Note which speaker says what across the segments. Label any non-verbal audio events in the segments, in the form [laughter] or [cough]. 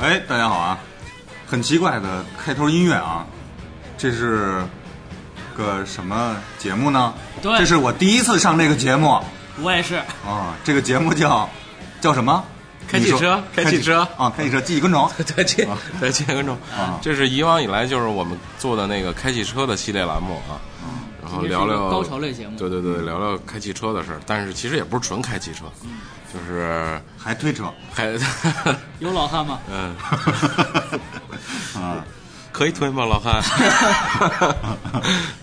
Speaker 1: 哎，大家好啊！很奇怪的开头音乐啊，这是个什么节目呢？
Speaker 2: 对
Speaker 1: 这是我第一次上这个节目啊、
Speaker 2: 我也是，
Speaker 1: 这个节目叫叫什么？
Speaker 3: 开汽车
Speaker 1: 你说
Speaker 3: 开汽车
Speaker 1: 啊，开汽车，记忆跟虫。
Speaker 3: [laughs] 再见，再见，观众
Speaker 1: 啊。
Speaker 3: 这是以往以来就是我们做的那个开汽车的系列栏目啊，然
Speaker 2: 这
Speaker 3: 后
Speaker 2: 是一个
Speaker 3: 聊聊
Speaker 2: 高潮类节目
Speaker 3: 对对
Speaker 1: 嗯
Speaker 3: 对，聊聊开汽车的事儿。但是其实也不是纯开汽车，就是
Speaker 1: 还推车， [laughs]
Speaker 3: 还
Speaker 2: 有老汉吗？
Speaker 3: 嗯，
Speaker 1: 啊
Speaker 3: 可以推吗，
Speaker 1: [laughs]
Speaker 3: 老汉？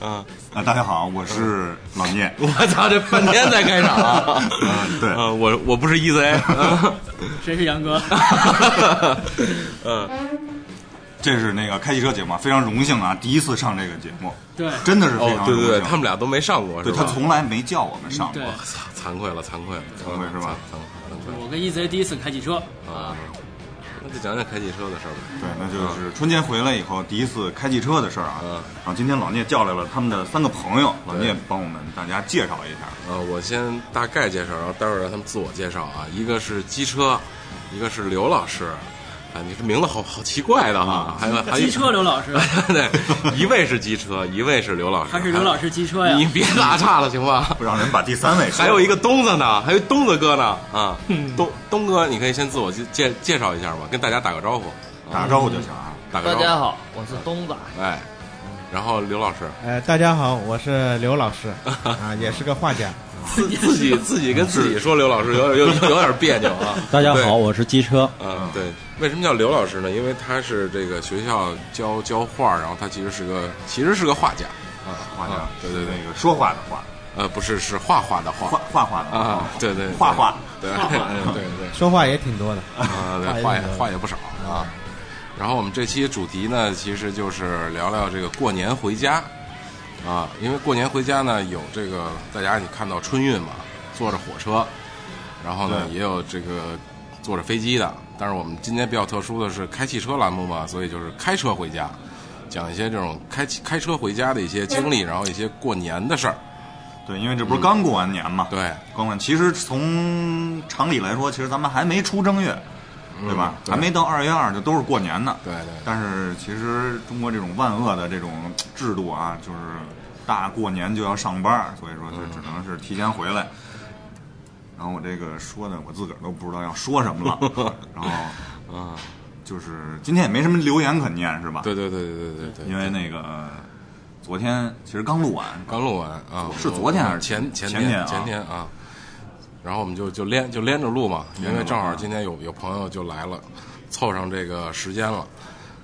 Speaker 3: 嗯，
Speaker 1: 啊！大家好，我是老聂。
Speaker 3: 我操，这半天才开场啊！
Speaker 1: 嗯， [laughs] 对，
Speaker 3: 嗯，我我不是
Speaker 1: [laughs]
Speaker 3: E Z，
Speaker 2: 谁是杨
Speaker 3: [laughs]
Speaker 2: 哥？
Speaker 3: 嗯，
Speaker 1: 这是那个开汽车节目啊，非常荣幸啊，第一次上这个节目，
Speaker 2: 对
Speaker 1: 真的是非
Speaker 3: 哦，
Speaker 1: 常
Speaker 3: 对
Speaker 1: 荣幸。
Speaker 3: 对对，他们俩都没上过，
Speaker 1: 对
Speaker 3: 是
Speaker 1: 他
Speaker 3: 吧
Speaker 1: 从来没叫我们上过
Speaker 2: 对，，
Speaker 3: 操，惭愧了，惭愧了，
Speaker 1: 惭愧是吧
Speaker 3: 惭惭愧
Speaker 2: 我跟 EZ 第一次开汽车
Speaker 3: 啊！那就讲讲开汽车的事儿呗。
Speaker 1: 对，那就是春节回来以后第一次开汽车的事儿啊。
Speaker 3: 嗯
Speaker 1: 然后今天老聂叫来了他们的三个朋友，老聂帮我们大家介绍一下。
Speaker 3: 呃，我先大概介绍，然后待会儿让他们自我介绍啊。一个是机车，一个是刘老师，啊，你这名字好好奇怪的哈。还有还有
Speaker 2: 啊机车，刘老师，
Speaker 3: [laughs] 对，一位是机车，一位是刘老师，
Speaker 2: 他是刘老师啊机车呀
Speaker 3: 你。别打岔了，行吗？
Speaker 1: 不让人把第三位说
Speaker 3: [laughs] 还有一个东子呢，还有东子哥呢啊，
Speaker 2: 嗯
Speaker 3: 东东哥，你可以先自我介介介绍一下吧，跟大家打个招呼，
Speaker 1: 打个招呼就行啊。
Speaker 3: 打个
Speaker 4: 大
Speaker 3: 招呼。
Speaker 4: 家好，我是东子。
Speaker 3: 哎，然后刘老师，
Speaker 5: 呃，大家好，我是刘
Speaker 3: [laughs]
Speaker 5: 老师，啊，也是个画家。
Speaker 3: 自自己自
Speaker 2: 嗯
Speaker 3: 己跟自己说刘老师有点有有有点别扭啊。
Speaker 6: 大家
Speaker 3: 对
Speaker 6: 好，我是机车。
Speaker 3: 嗯，对，为什么叫刘老师呢？因为他是这个学校教教画，然后他其实是个其实是个画家，
Speaker 1: 画家
Speaker 3: 啊，对对对
Speaker 1: 那个说话的话，
Speaker 3: 呃，不是是画画的画
Speaker 1: 画画画的话
Speaker 3: 啊，对对，对
Speaker 1: 画画，
Speaker 3: [laughs] 对对对对，
Speaker 5: 说话也挺多的。
Speaker 3: 啊，对，话也话也不少啊。然后我们这期主题呢，其实就是聊聊这个过年回家啊，因为过年回家呢，有这个大家你看到春运嘛，坐着火车，然后呢
Speaker 1: 对
Speaker 3: 也有这个坐着飞机的。但是我们今天比较特殊的是开汽车栏目嘛，所以就是开车回家，讲一些这种开汽开车回家的一些经历，然后一些过年的事儿。
Speaker 1: 对，因为这不是刚过完年嘛。
Speaker 3: 嗯对，
Speaker 1: 刚完，其实从常理来说，其实咱们还没出正月，对吧？
Speaker 3: 嗯对
Speaker 1: 还没到二月二，就都是过年呢。
Speaker 3: 对对
Speaker 1: 但是其实中国这种万恶的这种制度啊，就是大过年就要上班，所以说就
Speaker 3: 嗯
Speaker 1: 只能是提前回来。然后我这个说的我自个儿都不知道要说什
Speaker 3: [laughs]
Speaker 1: 么了，然后
Speaker 3: 啊，
Speaker 1: 就是今天也没什么留言可念是吧？，
Speaker 3: 对对对对对对对，
Speaker 1: 因为那个呃昨天其实刚录完，
Speaker 3: 刚录完啊，
Speaker 1: 是
Speaker 3: 我
Speaker 1: 昨天还是
Speaker 3: 前前
Speaker 1: 前天啊
Speaker 3: 前天啊，然后我们就就连就连着录嘛，
Speaker 1: 连着录啊
Speaker 3: 因为正好今天有有朋友就来了，凑上这个时间了。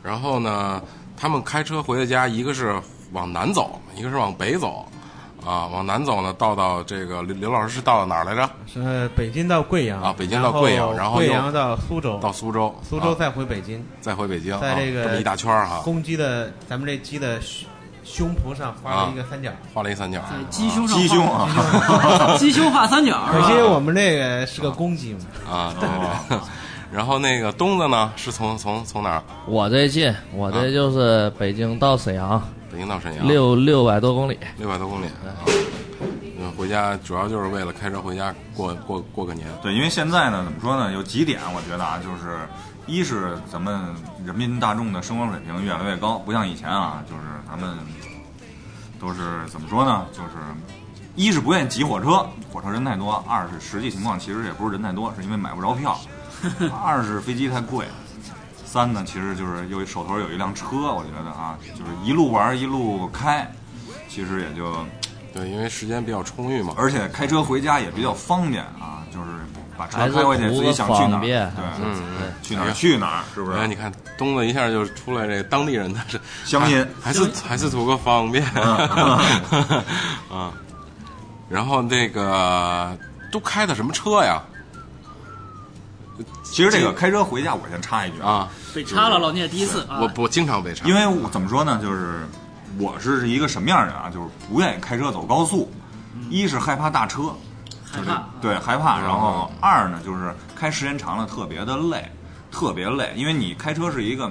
Speaker 3: 然后呢，他们开车回的家，一个是往南走，一个是往北走，啊，往南走呢，到到这个刘刘老师是到到哪儿来着？
Speaker 5: 是北京到贵阳
Speaker 3: 啊北京到贵阳然后又
Speaker 5: 贵阳到苏州，
Speaker 3: 到苏州，
Speaker 5: 苏州
Speaker 3: 啊
Speaker 5: 再回北京，
Speaker 3: 再回北京，
Speaker 5: 在这个
Speaker 3: 啊、这么一大圈儿哈，
Speaker 5: 公鸡的咱们这鸡的胸胸脯上画了一个三角。
Speaker 3: 画了一三角，
Speaker 2: 在鸡哎胸上
Speaker 1: 鸡胸啊，
Speaker 2: [laughs]
Speaker 3: [laughs]
Speaker 2: 画，鸡胸画三角是
Speaker 5: 可
Speaker 2: 吧。
Speaker 5: 惜我们这个是个公鸡嘛，
Speaker 3: 啊，对对。 [laughs] 然后那个东子呢，是从从从哪儿？啊
Speaker 4: 我这近，我这就是北京到沈阳
Speaker 3: 北京到沈阳。
Speaker 4: 六六百多公里。
Speaker 3: 六百多公里啊！嗯，回家主要就是为了开车回家过过过个年。
Speaker 1: 对，因为现在呢，怎么说呢？有几点，我觉得啊，就是一是咱们人民大众的生活水平越来越高，不像以前啊，就是咱们都是怎么说呢？就是一是不愿意挤火车，火车人太多；二是实际情况其实也不是人太多，是因为买不着票；二是飞机太贵；三呢，其实就是有手头有一辆车，我觉得啊，就是一路玩一路开，其实也就
Speaker 3: 对，因为时间比较充裕嘛。
Speaker 1: 而且开车回家也比较方便啊，就是把车
Speaker 4: 还是
Speaker 1: 开回去，自己想去哪儿，
Speaker 4: 图个方便
Speaker 1: 对，
Speaker 3: 嗯嗯，
Speaker 1: 去哪儿去哪儿，是不
Speaker 3: 然
Speaker 1: 是
Speaker 3: 后哎你？看东子一下就出来这个当地人的这
Speaker 1: 乡亲嗯
Speaker 3: 还还是还是图个方便 [laughs] 啊。然后那个都开的什么车呀？
Speaker 1: 其实这个开车回家，我先插一句，
Speaker 3: 啊，
Speaker 2: 被插了，老聂第一次啊。
Speaker 3: 我我经常被查，
Speaker 1: 因为我怎么说呢，就是我是一个什么样的人啊，就是不愿意开车走高速，
Speaker 4: 嗯
Speaker 1: 一是害怕大车，
Speaker 2: 害怕。
Speaker 1: 对，害怕。然后二呢，就是开时间长了特别的累，特别累，因为你开车是一个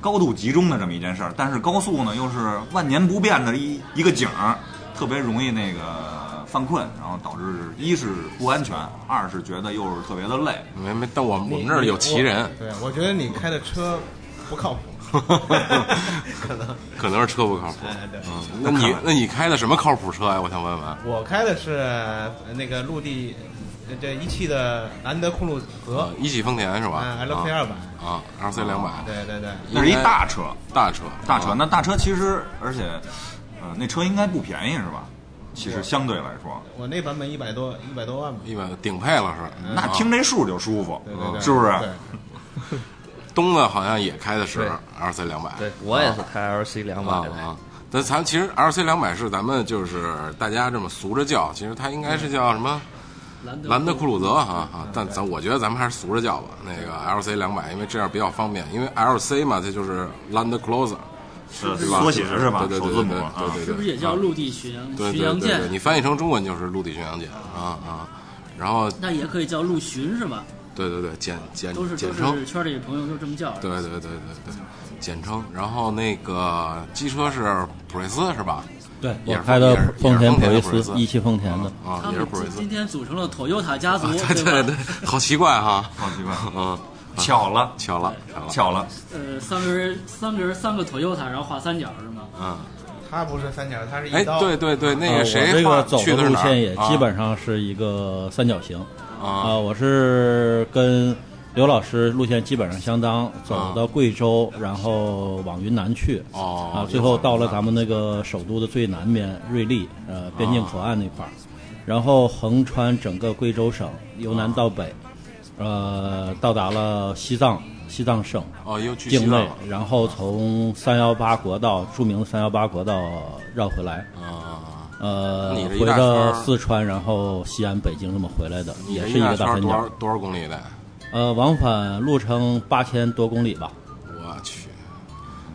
Speaker 1: 高度集中的这么一件事儿，但是高速呢又是万年不变的一一个景儿，特别容易那个犯困，然后导致一是不安全，二是觉得又是特别的累。
Speaker 3: 没没，但我们我们这儿有奇人，
Speaker 5: 对，我觉得你开的车不
Speaker 3: [laughs]
Speaker 5: 靠谱，可能，
Speaker 3: 可能是车不靠谱。
Speaker 5: 哎，对，
Speaker 3: 那你那你开的什么靠谱车呀、我想问问。
Speaker 5: 我开的是呃那个陆地，呃这一汽的兰德酷路泽
Speaker 3: 呃，一汽丰田是吧？
Speaker 5: 嗯，LC
Speaker 3: 啊
Speaker 5: 二百，
Speaker 3: 啊，LC 两百，
Speaker 5: 对对对，
Speaker 1: 那是一大车，
Speaker 3: 大车，
Speaker 1: 大车。
Speaker 3: 啊
Speaker 1: 那大车其实，而且，呃，那车应该不便宜是吧？其实相对来说，
Speaker 5: 我那版本一百多一百多万吧，
Speaker 3: 一百顶配了是。
Speaker 1: 那听这数就舒服
Speaker 5: 对对，
Speaker 3: 哦
Speaker 5: 对，
Speaker 1: 是不是？
Speaker 5: 对，
Speaker 3: 东子好像也开的是
Speaker 4: 对
Speaker 3: LC 两百，
Speaker 4: 对我也是开 LC 两
Speaker 3: 啊
Speaker 4: 百的，
Speaker 3: 啊。但咱其实 LC 两百是咱们就是大家这么俗着叫，其实它应该是叫什么？
Speaker 2: 兰德
Speaker 3: 兰德酷路泽啊啊！但咱我觉得咱们还是俗着叫吧。那个 LC 两百，因为这样比较方便，因为 LC 嘛，它就是 Land Cruiser，
Speaker 1: 是
Speaker 3: 对吧？
Speaker 1: 缩写是吧？
Speaker 3: 对对
Speaker 1: 首
Speaker 3: 对
Speaker 1: 字母
Speaker 3: 对
Speaker 1: 啊
Speaker 3: 对对，
Speaker 2: 是不是也叫陆地巡洋
Speaker 3: 对
Speaker 2: 巡
Speaker 3: 对
Speaker 2: 洋
Speaker 3: 对对，
Speaker 2: 舰？
Speaker 3: 你翻译成中文就是陆地巡洋舰啊啊。然后
Speaker 2: 那也可以叫陆巡是吧？
Speaker 3: 对对对，简简
Speaker 2: 都是
Speaker 3: 简
Speaker 2: 都
Speaker 3: 称
Speaker 2: 是，圈里朋友都这么叫。
Speaker 3: 对对对对对，简称。然后那个机车是普锐斯是吧？
Speaker 6: 对
Speaker 3: 也
Speaker 6: 我
Speaker 3: 是
Speaker 6: 开的
Speaker 3: 也是也
Speaker 6: 丰
Speaker 3: 是
Speaker 6: 田
Speaker 3: 丰
Speaker 6: 普
Speaker 3: 田
Speaker 6: 锐
Speaker 3: 普锐
Speaker 6: 斯
Speaker 3: 斯，
Speaker 6: 一汽丰田的。
Speaker 3: 啊，
Speaker 2: 他
Speaker 3: 也是
Speaker 2: 们
Speaker 3: 普锐斯
Speaker 2: 今。天组成了 Toyota 家族，
Speaker 3: [laughs] 对
Speaker 2: 吧？
Speaker 3: 对，好奇怪哈，
Speaker 1: 好奇怪，
Speaker 3: 嗯，
Speaker 1: 巧了，
Speaker 3: 巧了巧了，
Speaker 1: 巧了，
Speaker 2: 呃，三个人，三个人，三个 Toyota，然后画三角是吗？
Speaker 3: 嗯，
Speaker 5: 它不是三角，它是
Speaker 3: 哎
Speaker 5: 一，刀，
Speaker 3: 对对对，那
Speaker 6: 啊
Speaker 3: 个
Speaker 6: 我
Speaker 3: 谁
Speaker 6: 这
Speaker 3: 画
Speaker 6: 个走
Speaker 3: 去的
Speaker 6: 的
Speaker 3: 是
Speaker 6: 路
Speaker 3: 哪儿？
Speaker 6: 线也
Speaker 3: 啊
Speaker 6: 基本上是一个三角形
Speaker 3: 啊，
Speaker 6: 我是跟刘老师路线基本上相当，走到贵州，然后往云南去。
Speaker 3: 啊哦
Speaker 6: 啊，最后到了咱们那个首都的最南边瑞丽，呃，边
Speaker 3: 啊
Speaker 6: 境口岸那块儿，然后横穿整个贵州省，由南到北，呃，到达了西藏，西藏省。
Speaker 3: 哦，又去西
Speaker 6: 境
Speaker 3: 藏
Speaker 6: 内
Speaker 3: 了，
Speaker 6: 然后从三幺八国道著名的三幺八国道绕回来，
Speaker 3: 啊，
Speaker 6: 呃
Speaker 3: 你这，一
Speaker 6: 回
Speaker 3: 大圈儿
Speaker 6: 到四川，然后西安、北京这么回来的，
Speaker 3: 你
Speaker 6: 也
Speaker 3: 这
Speaker 6: 是一
Speaker 3: 大
Speaker 6: 个
Speaker 3: 圈
Speaker 6: 大
Speaker 3: 儿
Speaker 6: 三
Speaker 3: 多
Speaker 6: 角
Speaker 3: 少。多少公里的？
Speaker 6: 呃，往返路程八千多公里吧。
Speaker 3: 我去，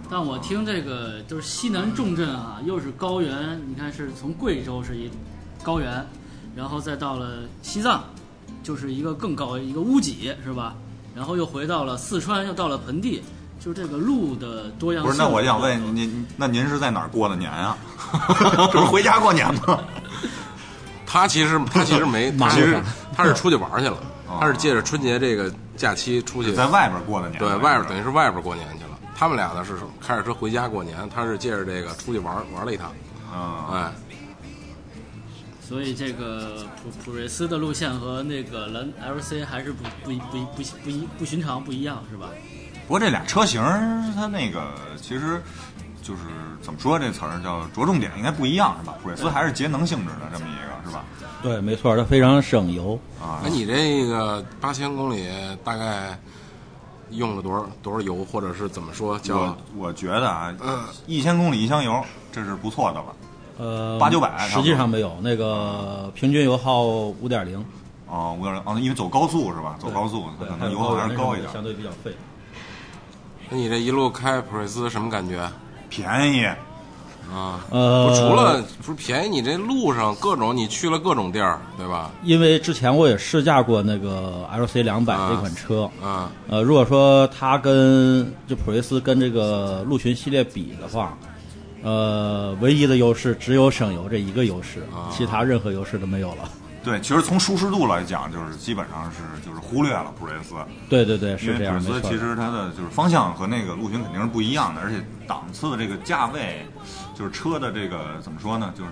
Speaker 2: 但我听这个就是西南重镇啊，又是高原，你看是从贵州是一高原，然后再到了西藏，就是一个更高一个屋脊是吧？然后又回到了四川，又到了盆地，就是这个路的多样
Speaker 1: 不
Speaker 2: 性。
Speaker 1: 是？那我想问您，那您是在哪儿过的年啊？ [laughs] 这不是回家过年吗？
Speaker 3: 他其实他其实没，他
Speaker 6: 马 [laughs]
Speaker 3: 其实
Speaker 6: 上
Speaker 3: 他是出去玩儿去了，
Speaker 1: [laughs] 哦
Speaker 3: 他是借着春节这个假期出去
Speaker 1: 在外边过的年，
Speaker 3: 对外边等于是外边过年去了。他们俩呢是开着车回家过年，他是借着这个出去玩玩了一趟，
Speaker 1: 嗯，
Speaker 3: 哎，
Speaker 2: 所以这个普普锐斯的路线和那个蓝 LC 还是不不不不不一不寻常不一样是吧？
Speaker 1: 不过这俩车型儿，它那个其实就是怎么说这词儿叫着重点应该不一样是吧？普锐
Speaker 3: 嗯
Speaker 1: 斯还是节能性质的这么一个是吧？
Speaker 6: 对，没错，它非常省油。
Speaker 1: 啊
Speaker 3: 哎那，你这个八千公里大概用了多少多少油，或者是怎么说叫
Speaker 1: 我我觉得啊
Speaker 3: 嗯，
Speaker 1: 一千公里一箱油，这是不错的了。
Speaker 6: 呃，
Speaker 1: 八九百差不
Speaker 6: 实
Speaker 1: 多
Speaker 6: 际上没有，那个平均油耗五点零，
Speaker 1: 哦，五点零，哦，因为走高速是吧？走高速，它
Speaker 6: 对
Speaker 1: 可，
Speaker 6: 还
Speaker 1: 能
Speaker 6: 有
Speaker 1: 油耗还是
Speaker 6: 高
Speaker 1: 高
Speaker 6: 原
Speaker 1: 一
Speaker 6: 那种
Speaker 1: 点
Speaker 6: 相，对比较费。
Speaker 3: 那你这一路开普锐斯什么感觉
Speaker 1: 便宜。
Speaker 3: 啊？
Speaker 6: 呃，
Speaker 3: 不除了不是便宜，你这路上各种你去了各种地儿，对吧？
Speaker 6: 因为之前我也试驾过那个 LC 两百
Speaker 3: 啊
Speaker 6: 这款车，
Speaker 3: 啊，
Speaker 6: 呃，如果说它跟就普锐斯跟这个陆巡系列比的话，呃，唯一的优势只有省油这一个优势，其他任何优势都没有了。
Speaker 1: 对，其实从舒适度来讲，就是基本上是就是忽略了普锐斯，
Speaker 6: 对对对，
Speaker 1: 因
Speaker 6: 是这
Speaker 1: 为普
Speaker 6: 样，
Speaker 1: 锐
Speaker 6: 没
Speaker 1: 斯
Speaker 6: 错
Speaker 1: 其。实它的就是方向和那个陆巡肯定是不一样的，而且档次的这个价位，就是车的这个怎么说呢，就是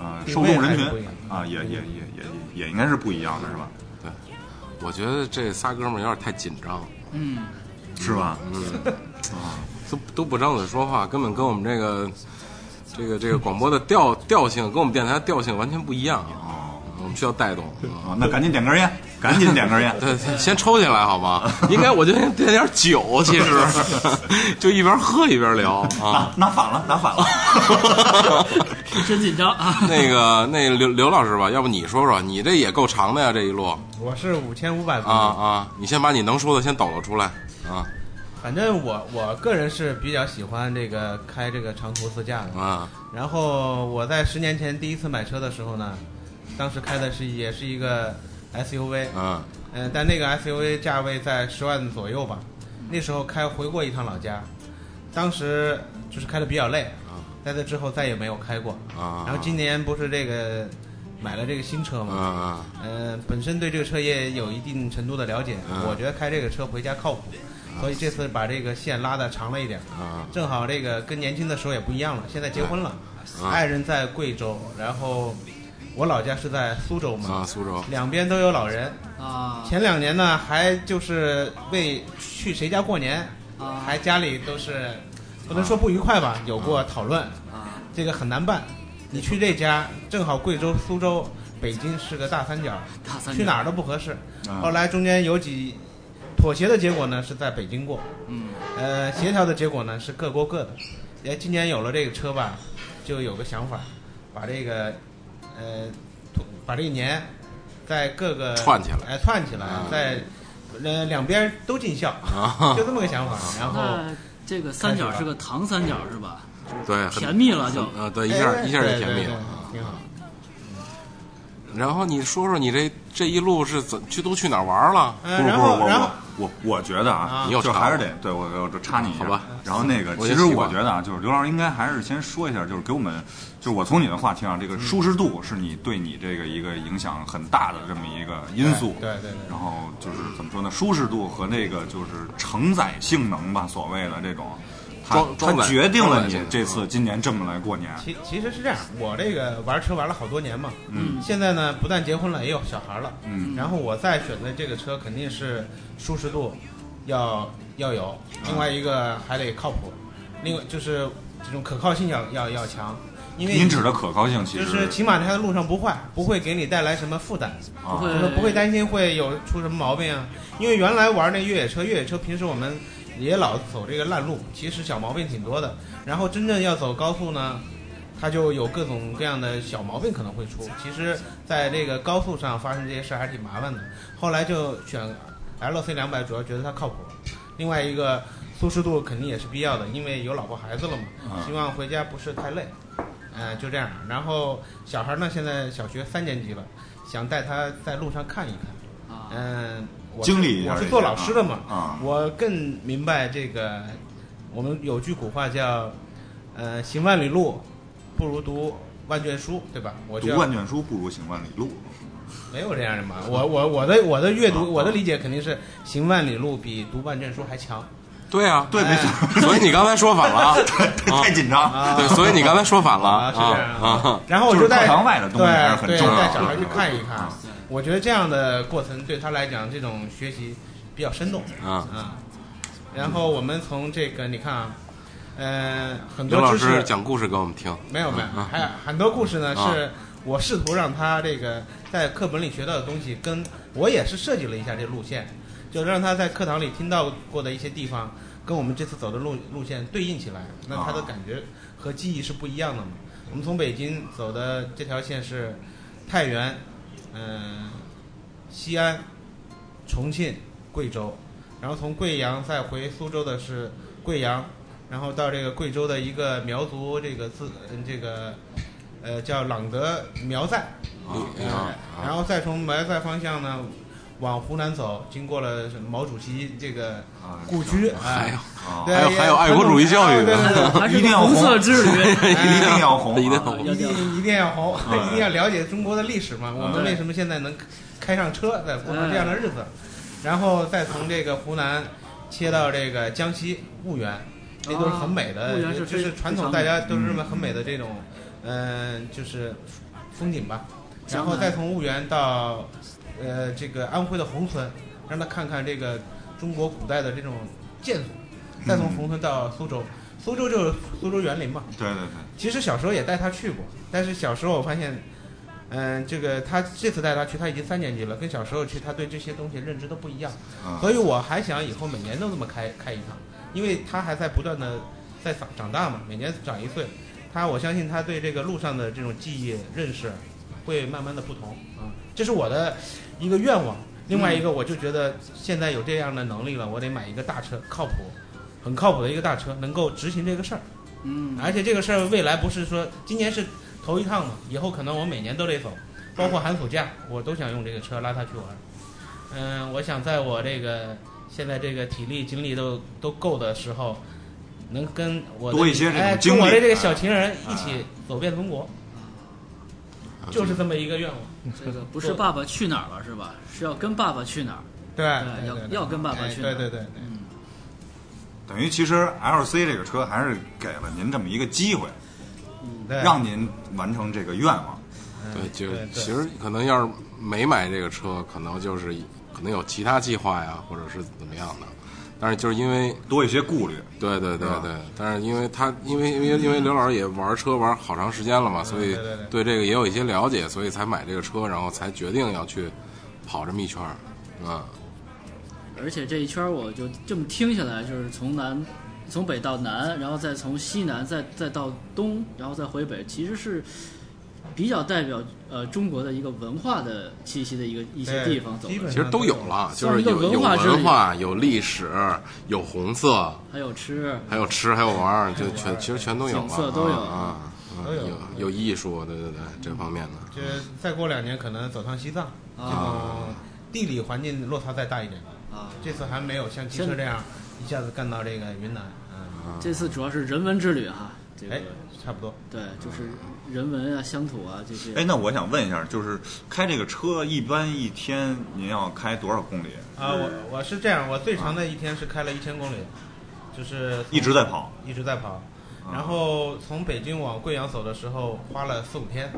Speaker 1: 呃
Speaker 5: 定
Speaker 1: 受
Speaker 5: 位
Speaker 1: 众人
Speaker 5: 还是
Speaker 1: 群
Speaker 5: 不一样
Speaker 1: 啊，也也也也也也应该是不一样的，是吧？
Speaker 3: 我觉得这仨哥们儿有点太紧张，
Speaker 2: 嗯，
Speaker 1: 是吧？
Speaker 6: 嗯
Speaker 3: 都都不张嘴说话，根本跟我们这个这个这个广播的调 [laughs] 调性跟我们电台的调性完全不一样啊。
Speaker 1: 哦，
Speaker 3: 我们需要带动啊。。
Speaker 1: 啊，那赶紧点根烟，赶紧点根烟
Speaker 6: [laughs]
Speaker 3: 对，先抽起来好吗？应该我觉得应该点点酒，其实 [laughs] 就一边喝一边聊啊。 [laughs]
Speaker 1: 拿拿反了，拿反了。 [laughs]
Speaker 2: 真紧张啊！
Speaker 3: 那个，那刘刘老师吧，要不你说说，你这也够长的呀，这一路
Speaker 5: 我是五千五百
Speaker 3: 啊啊！你先把你能说的先抖搂出来啊
Speaker 5: 反正我我个人是比较喜欢这个开这个长途自驾的。
Speaker 3: 啊！
Speaker 5: 然后我在十年前第一次买车的时候呢，当时开的是也是一个 SUV，
Speaker 3: 嗯
Speaker 5: 嗯、但那个 SUV 价位在十万左右吧。那时候开回过一趟老家，当时就是开的比较累
Speaker 3: 啊，
Speaker 5: 在这之后再也没有开过。
Speaker 3: 啊，
Speaker 5: 然后今年不是这个买了这个新车
Speaker 3: 嗯
Speaker 5: 嘛，
Speaker 3: 嗯
Speaker 5: 嗯，本身对这个车也有一定程度的了解，
Speaker 3: 嗯
Speaker 5: 我觉得开这个车回家靠谱，
Speaker 3: 啊
Speaker 5: 所以这次把这个线拉的长了一点。
Speaker 3: 嗯
Speaker 5: 正好这个跟年轻的时候也不一样了，现在结婚了，
Speaker 3: 嗯
Speaker 5: 爱人在贵州，然后我老家是在苏州
Speaker 3: 嗯啊，
Speaker 5: 嘛，
Speaker 3: 苏州
Speaker 5: 两边都有老人。
Speaker 2: 啊
Speaker 5: 前两年呢，还就是为去谁家过年，
Speaker 2: 啊
Speaker 5: 还家里都是不能说不愉快吧，有过讨论，
Speaker 2: 啊
Speaker 5: 这个很难办。你去这家，正好贵州、苏州、北京是个大三角，
Speaker 2: 大三
Speaker 5: 去
Speaker 2: 儿？
Speaker 5: 哪儿都不合适。
Speaker 1: 啊
Speaker 5: 后来中间有几妥协的结果呢，是在北京过。
Speaker 2: 嗯
Speaker 5: 呃，协调的结果呢是各过各的。哎，今年有了这个车吧，就有个想法，把这个呃，土把这个年在各个
Speaker 3: 串起来
Speaker 5: 哎，串起来，在呃两边都尽孝，
Speaker 3: 啊，
Speaker 5: [laughs] 就这么个想法。然后
Speaker 2: 那这个三角是个糖三角是吧？
Speaker 3: 对，很
Speaker 2: 甜蜜了就
Speaker 3: 啊，对，一下
Speaker 5: 哎
Speaker 3: 一下
Speaker 5: 对
Speaker 3: 就甜蜜
Speaker 5: 对对
Speaker 3: 了。啊
Speaker 5: 挺好。
Speaker 3: 然后你说说你这这一路是怎去都去哪儿玩了？
Speaker 1: 不
Speaker 5: 嗯、
Speaker 1: 是不是
Speaker 5: 然后然后
Speaker 1: 我我我我觉得啊
Speaker 5: 啊，
Speaker 3: 你又
Speaker 1: 就
Speaker 3: 查
Speaker 1: 还
Speaker 3: 了
Speaker 1: 是得对我我就插你一下
Speaker 3: 好吧。
Speaker 1: 然后那个，
Speaker 3: 我
Speaker 1: 其
Speaker 3: 也
Speaker 1: 实
Speaker 3: 习
Speaker 1: 我
Speaker 3: 惯
Speaker 1: 觉得啊，就是刘老师应该还是先说一下，就是给我们，就是我从你的话听啊，这个舒适度是你对你这个一个影响很大的这么一个因素。
Speaker 5: 哎对对对
Speaker 1: 然后就是怎么说呢，舒适度和那个就是承载性能吧，所谓的这种，它
Speaker 3: 装
Speaker 1: 它
Speaker 3: 装载
Speaker 1: 决定
Speaker 3: 装
Speaker 1: 了
Speaker 3: 载
Speaker 1: 你
Speaker 3: 性能
Speaker 1: 这次今年这么来过年。
Speaker 5: 其其实是这样，我这个玩车玩了好多年嘛，
Speaker 1: 嗯
Speaker 5: 现在呢不但结婚了，也有小孩了，
Speaker 1: 嗯
Speaker 5: 然后我再选择这个车，肯定是舒适度要要有，
Speaker 3: 啊
Speaker 5: 另外一个还得靠谱，另外就是这种可靠性要要要强，因为
Speaker 1: 您指的可靠性其
Speaker 5: 就
Speaker 1: 实
Speaker 5: 是起码它在路上不坏，不会给你带来什么负担，
Speaker 1: 啊
Speaker 2: 不会
Speaker 5: 就是不会担心会有出什么毛病啊。因为原来玩那越野车，越野车平时我们也老走这个烂路，其实小毛病挺多的。然后真正要走高速呢，它就有各种各样的小毛病可能会出。其实在这个高速上发生这些事儿还挺麻烦的。后来就选 L C 两百，主要觉得它靠谱。另外一个舒适度肯定也是必要的，因为有老婆孩子了嘛，
Speaker 1: 嗯
Speaker 5: 希望回家不是太累。嗯、就这样。然后小孩呢，现在小学三年级了，想带他在路上看一看。
Speaker 2: 啊
Speaker 5: 嗯、我是
Speaker 1: 经历一下
Speaker 5: 我
Speaker 1: 这
Speaker 5: 是
Speaker 1: 些
Speaker 5: 做老师的嘛，
Speaker 1: 啊
Speaker 5: 我更明白这个。我们有句古话叫，呃，行万里路，不如读万卷书，对吧？我
Speaker 1: 读
Speaker 5: 就要
Speaker 1: 万卷书不如行万里路。
Speaker 5: 没有这样的嘛。我我我的我的阅
Speaker 1: 啊啊
Speaker 5: 读我的理解肯定是行万里路比读万卷书还强。
Speaker 3: 对啊，
Speaker 1: 对，没错，
Speaker 3: 所以你刚才说反了啊，
Speaker 1: [laughs] 太紧张。
Speaker 5: 啊
Speaker 3: 对，所以你刚才说反了
Speaker 5: 啊，是这样
Speaker 3: 啊啊，
Speaker 5: 然后我
Speaker 1: 就是
Speaker 5: 带
Speaker 1: 课堂外的东西还是很
Speaker 5: 对
Speaker 1: 重要
Speaker 5: 对，
Speaker 1: 的
Speaker 5: 带小孩去看一看
Speaker 1: 啊。
Speaker 5: 我觉得这样的过程对他来讲，这种学习比较生动
Speaker 3: 啊
Speaker 5: 啊。然后我们从这个你看啊，呃，很
Speaker 3: 刘
Speaker 5: 多
Speaker 3: 老
Speaker 5: 知
Speaker 3: 师
Speaker 5: 识
Speaker 3: 讲故事给我们听，
Speaker 5: 没有没有
Speaker 3: 啊，
Speaker 5: 还有很多故事呢，
Speaker 3: 啊
Speaker 5: 是我试图让他这个在课本里学到的东西，跟我也是设计了一下这路线，就让他在课堂里听到过的一些地方，跟我们这次走的路路线对应起来，那他的
Speaker 1: 啊
Speaker 5: 感觉和记忆是不一样的嘛。我们从北京走的这条线是太原，嗯、西安、重庆、贵州，然后从贵阳再回苏州的是贵阳，然后到这个贵州的一个苗族这个自嗯这个呃叫朗德苗寨，
Speaker 3: 嗯
Speaker 5: 哎
Speaker 3: 啊
Speaker 5: 然后再从苗寨方向呢往湖南走，经过了什么毛主席这个
Speaker 1: 啊
Speaker 5: 故居，
Speaker 3: 还
Speaker 5: 哎
Speaker 3: 有，
Speaker 1: 啊
Speaker 5: 对
Speaker 3: 还有
Speaker 5: 也
Speaker 3: 还有爱国主义教育
Speaker 5: 哎对对对
Speaker 2: 还是
Speaker 1: 一定要
Speaker 2: 红色
Speaker 1: 红
Speaker 2: 之旅
Speaker 1: [laughs] 一定要红啊，
Speaker 3: 哎一定要红
Speaker 5: 一定一定要
Speaker 2: 啊
Speaker 5: 红，
Speaker 1: 嗯
Speaker 5: [laughs] 一定要了解中国的历史嘛。我
Speaker 1: 嗯
Speaker 5: 们为什么现在能开上车，在过上这样的日子？然后再从这个湖南切到这个江西婺源，这都是很美
Speaker 2: 啊
Speaker 5: 的
Speaker 2: 婺源，是
Speaker 5: 就
Speaker 2: 非
Speaker 5: 是传统大家都认为很美的这种，嗯，就是风景吧。然后再从婺源到呃这个安徽的宏村，让他看看这个中国古代的这种建筑。再
Speaker 2: 嗯
Speaker 5: 从宏村到苏州，苏州就是苏州园林嘛。
Speaker 1: 对对对，
Speaker 5: 其实小时候也带他去过，但是小时候我发现，嗯、这个他这次带他去，他已经三年级了，跟小时候去，他对这些东西认知都不一样。
Speaker 1: 嗯
Speaker 5: 所以我还想以后每年都这么开开一趟，因为他还在不断的在长长大嘛，每年长一岁，他我相信他对这个路上的这种记忆认识会慢慢的不同啊，这是我的一个愿望。另外一个，我就觉得现在有这样的能力了，我得买一个大车，靠谱，很靠谱的一个大车，能够执行这个事儿。
Speaker 2: 嗯
Speaker 5: 而且这个事儿未来不是说今年是头一趟嘛，以后可能我每年都得走，包括寒暑假我都想用这个车拉他去玩。嗯、我想在我这个现在这个体力精力都都够的时候，能跟我的
Speaker 1: 多一些这种
Speaker 5: 哎
Speaker 1: 精
Speaker 5: 跟我
Speaker 1: 力
Speaker 5: 的这个
Speaker 1: 啊
Speaker 5: 小情人一起走遍中国。就是这么一个愿望。
Speaker 2: 这个不是《爸爸去哪儿》了是吧？是要跟《爸爸去哪儿》
Speaker 5: 对，
Speaker 2: 对要
Speaker 5: 对对
Speaker 2: 要跟爸爸
Speaker 5: 哎
Speaker 2: 去哪
Speaker 5: 对
Speaker 2: 儿
Speaker 5: 对对，对
Speaker 2: 嗯，
Speaker 1: 等于其实 LC 这个车还是给了您这么一个机会，
Speaker 2: 嗯
Speaker 5: 对
Speaker 1: 让您完成这个愿望。
Speaker 3: 对，就
Speaker 5: 对对
Speaker 3: 其实可能要是没买这个车，可能就是可能有其他计划呀，或者是怎么样的。但是就是因为，
Speaker 1: 多一些顾虑，
Speaker 3: 对对对
Speaker 1: 是吧
Speaker 3: 对，但是因为他，因为因为因为刘老师也玩车玩好长时间了嘛，所以
Speaker 5: 对对对
Speaker 3: 对这个也有一些了解，所以才买这个车，然后才决定要去跑这么一圈儿，嗯，
Speaker 2: 而且这一圈儿我就这么听下来，就是从南，从北到南，然后再从西南，再再到东，然后再回北，其实是比较代表呃中国的一个文化的气息的一个一些地方走
Speaker 5: 基
Speaker 2: 的
Speaker 5: 本，
Speaker 3: 其实都有了，就
Speaker 2: 算
Speaker 3: 是
Speaker 2: 一个
Speaker 3: 有有
Speaker 2: 文化之旅
Speaker 3: 文化、有历史、有红色，
Speaker 2: 还有吃，
Speaker 3: 还有吃，还有玩儿，就全其实全都有了，
Speaker 2: 景色都有
Speaker 3: 啊，啊
Speaker 5: 都有
Speaker 3: 有有艺术，对对对，这方面的，
Speaker 5: 就是再过两年可能走上西藏，这种地理环境落差再大一点。
Speaker 2: 啊，
Speaker 5: 这次还没有像汽车这样一下子干到这个云南，嗯，
Speaker 2: 这次主要是人文之旅哈，这个
Speaker 5: 哎，差不多。
Speaker 2: 对，就是人文啊、乡土啊
Speaker 1: [laughs]
Speaker 2: 这些。
Speaker 1: 哎，那我想问一下，就是开这个车一般一天您要开多少公里？
Speaker 5: 啊，我我是这样，我最长的一天是开了一千公里，就是从
Speaker 1: 一直在跑，
Speaker 5: 一直在
Speaker 1: 啊
Speaker 5: 跑，然后从北京往贵阳走的时候花了四五天，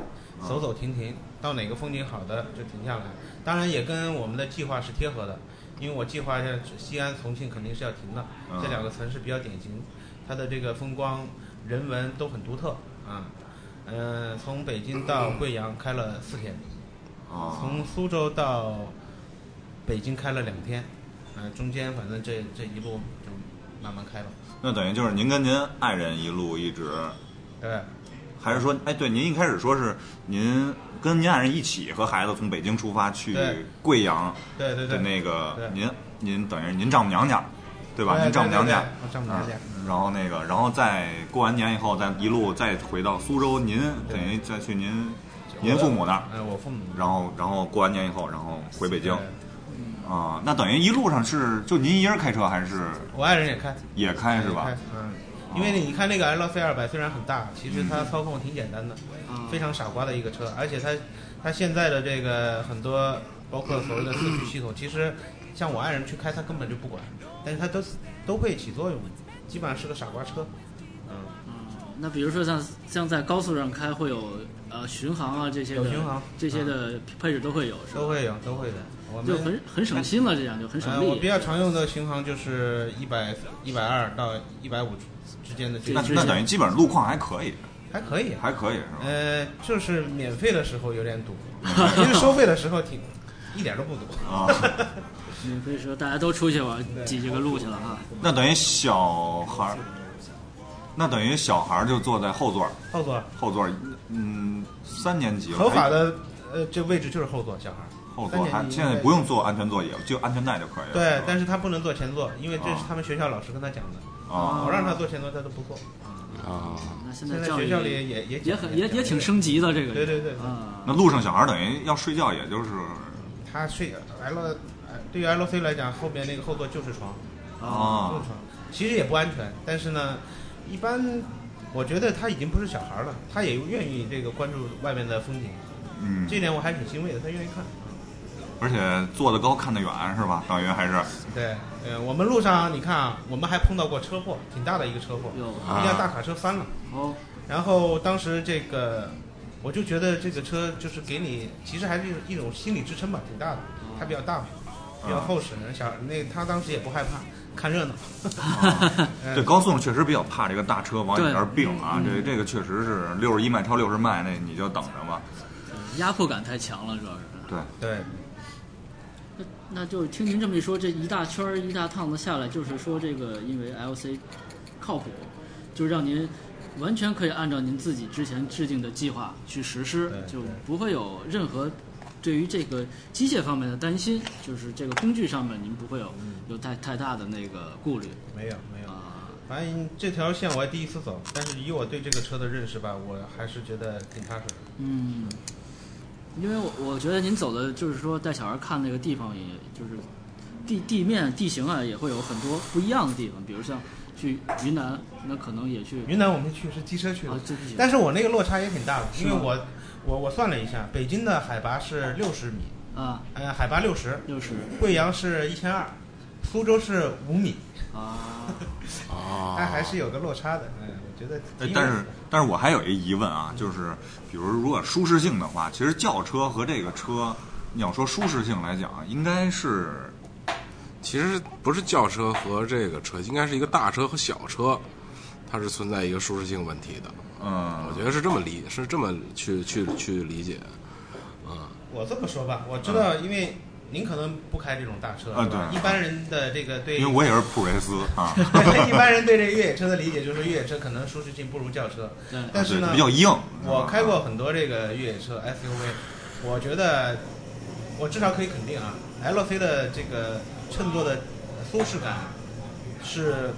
Speaker 1: 啊
Speaker 5: 走走停停，到哪个风景好的就停下来。当然也跟我们的计划是贴合的，因为我计划是西安、重庆肯定是要停的，
Speaker 1: 嗯
Speaker 5: 这两个城市比较典型，它的这个风光、人文都很独特啊。嗯、从北京到贵阳开了四天，
Speaker 1: 啊，
Speaker 5: 从苏州到北京开了两天，嗯、中间反正这这一路就慢慢开吧，
Speaker 1: 那等于就是您跟您爱人一路一直，
Speaker 5: 对吧。
Speaker 1: 还是说，哎，对，您一开始说是您跟您爱人一起和孩子从北京出发去
Speaker 5: 对
Speaker 1: 贵阳
Speaker 5: 对对
Speaker 1: 的
Speaker 5: 对，
Speaker 1: 那个
Speaker 5: 对
Speaker 1: 您您等于是您丈母娘家，对吧？
Speaker 5: 哎对
Speaker 1: 您丈母娘家
Speaker 5: 对对对，我丈母娘家
Speaker 1: 嗯然后那个，然后再过完年以后，再一路再回到苏州，您等于再去您您父母那儿，
Speaker 5: 哎，我父母，哎
Speaker 1: 然后然后过完年以后，然后回北京
Speaker 5: 对
Speaker 1: 啊、那等于一路上是就您一人开车还是
Speaker 5: 我爱人也开，
Speaker 1: 也开是吧哦
Speaker 5: 也开？嗯，因为你看那个 L C 二百虽然很大，其实
Speaker 1: 嗯
Speaker 5: 它操控挺简单的，
Speaker 2: 啊
Speaker 5: 非常傻瓜的一个车，而且它它现在的这个很多包括所谓的四驱系统，其实像我爱人去开，他根本就不管，但是他都都会起作用，基本上是个傻瓜车。嗯，
Speaker 2: 那比如说像像在高速上开会有呃巡航啊这些的，
Speaker 5: 有巡航
Speaker 2: 这些的配置都会有，是吧
Speaker 5: 都会有，都会的。我
Speaker 2: 就
Speaker 5: 们
Speaker 2: 很很省心了，这样就很省
Speaker 5: 呃，
Speaker 2: 力。
Speaker 5: 我比较常用的巡航就是一百一百二到一百五之间的距
Speaker 1: 那
Speaker 5: 离，
Speaker 1: 那等于基本上路况还可以，
Speaker 5: 还可以啊。
Speaker 1: 还可以是吧？
Speaker 5: 呃，就是免费的时候有点堵，其实收费的时候挺一点都不堵。
Speaker 1: 啊，
Speaker 2: 免费时候大家都出去玩，挤这个路去了哈。
Speaker 1: 那等于小孩儿，那等于小孩儿就坐在后座儿，
Speaker 5: 后座
Speaker 1: 后座儿，嗯，三年级了
Speaker 5: 合法
Speaker 1: 还
Speaker 5: 的，呃，这位置就是后座，小孩儿。
Speaker 1: 后座
Speaker 5: 三
Speaker 1: 还
Speaker 5: 年级
Speaker 1: 现在不用坐安全座椅了，就安全带就可以了。
Speaker 5: 对，但
Speaker 1: 是
Speaker 5: 是他不能坐前座，因为这是
Speaker 1: 啊
Speaker 5: 他们学校老师跟他讲的。
Speaker 2: 哦
Speaker 1: 吧啊，
Speaker 5: 我让他坐前座，他都不坐。
Speaker 3: 啊，
Speaker 2: 那现
Speaker 5: 现在
Speaker 2: 教育
Speaker 5: 学校里也也
Speaker 2: 也
Speaker 5: 讲
Speaker 2: 很也也挺。升级的这个。
Speaker 5: 对对对对
Speaker 2: 啊，
Speaker 1: 那路上小孩儿等于要睡觉，也就是
Speaker 5: 他睡 L，呃对于 L C 来讲，后面那个后座就是床，
Speaker 1: 啊
Speaker 5: 就是床，其实也不安全，但是呢，一般。我觉得他已经不是小孩儿了，他也愿意这个关注外面的风景，
Speaker 1: 嗯，
Speaker 5: 这一点我还挺欣慰的，他愿意看。
Speaker 1: 而且坐得高看得远是吧？等于还是
Speaker 5: 对，呃，我们路上你看啊，我们还碰到过车祸，挺大的一个车祸，
Speaker 2: 有
Speaker 5: 一辆大卡车翻了。
Speaker 2: 哦，
Speaker 5: 然后当时这个，我就觉得这个车就是给你，其实还是一种心理支撑吧，挺大的，它比较大嘛，比较厚实。小那他当时也不害怕，看热闹。嗯
Speaker 1: 对，高速上确实比较怕这个大车往你
Speaker 2: 对
Speaker 1: 这儿并啊，这这个确实是六十一迈超六十迈，那你就等着吧。
Speaker 2: [laughs] 压迫感太强了，主要是。
Speaker 1: 对，
Speaker 5: 对，
Speaker 2: 那嗯那就是听您这么一说，这一大圈儿一大趟子下来，就是说这个因为 LC 靠谱，就让您完全可以按照您自己之前制定的计划去实施
Speaker 5: 对，
Speaker 2: 就不会有任何对于这个机械方面的担心，就是这个工具上面您不会有
Speaker 5: 嗯
Speaker 2: 有太太大的那个顾虑
Speaker 5: 没有没有，
Speaker 2: 啊。
Speaker 5: 反正这条线我还第一次走，但是以我对这个车的认识吧，我还是觉得挺踏实的。
Speaker 2: 嗯，因为我我觉得您走的就是说带小孩看那个地方，也就是地地面地形啊，也会有很多不一样的地方，比如像去云南，那可能也去
Speaker 5: 云南我们去是机车去的
Speaker 2: 啊，，对不起，
Speaker 5: 但是我那个落差也挺大的，因为
Speaker 2: 是吗
Speaker 5: 我我我算了一下，北京的海拔是六十米，
Speaker 2: 啊，
Speaker 5: 呃，海拔六十，
Speaker 2: 六十
Speaker 5: 贵阳是一千二，苏州是五米，
Speaker 2: 啊，
Speaker 3: 啊，
Speaker 5: 它还是有个落差的。嗯，我觉得
Speaker 1: 哎
Speaker 5: 挺有意思的，
Speaker 1: 但是但是我还有一疑问啊，就是比如如果舒适性的话，其实轿车和这个车，你要说舒适性来讲，应该是
Speaker 3: 其实不是轿车和这个车，应该是一个大车和小车，它是存在一个舒适性问题的。
Speaker 1: 嗯
Speaker 3: 啊我，觉得是这么理，是这么去去去理解。
Speaker 5: 我这么说吧，我知道，因为您可能不开这种大车，
Speaker 1: 啊
Speaker 5: 是吧
Speaker 1: 对
Speaker 5: 一般人的这个对
Speaker 1: 因为我也是普锐斯啊，
Speaker 5: [laughs] 对一般人对这越野车的理解就是越野车可能舒适性不如轿车，
Speaker 2: 对，
Speaker 5: 但 [laughs] 是呢
Speaker 1: 啊对比，较硬。是吧
Speaker 5: 我开过很多这个越野车 SUV，我觉得我至少可以肯定啊，LC 的这个乘坐的舒适感是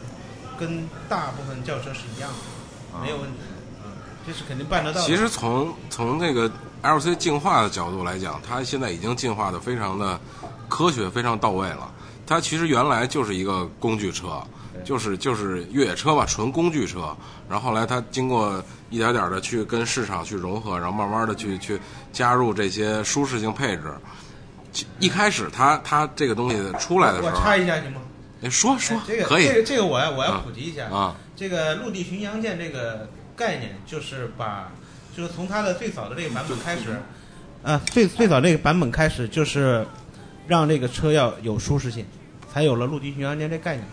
Speaker 5: 跟大部分轿车是一样的，
Speaker 1: 啊
Speaker 5: 没有问题，嗯，这是肯定办得到的。
Speaker 3: 其实从从这个 LC 进化的角度来讲，它现在已经进化的非常的科学，非常到位了。它其实原来就是一个工具车，就是就是越野车吧，纯工具车。然后后来它经过一点点的去跟市场去融合，然后慢慢的去去加入这些舒适性配置。其一开始它它这个东西出来的时
Speaker 5: 我
Speaker 3: 候，
Speaker 5: 插一下行吗？
Speaker 3: 哎说说
Speaker 5: 哎这个
Speaker 3: 可
Speaker 5: 这
Speaker 3: 以
Speaker 5: 个这个我要我要
Speaker 3: 啊
Speaker 5: 普及一下
Speaker 3: 啊，
Speaker 5: 这个陆地巡洋舰这个概念，就是把，就是从它的最早的这个版本开始，啊，最最早这个版本开始，就是让这个车要有舒适性，才有了陆地巡洋舰这概念。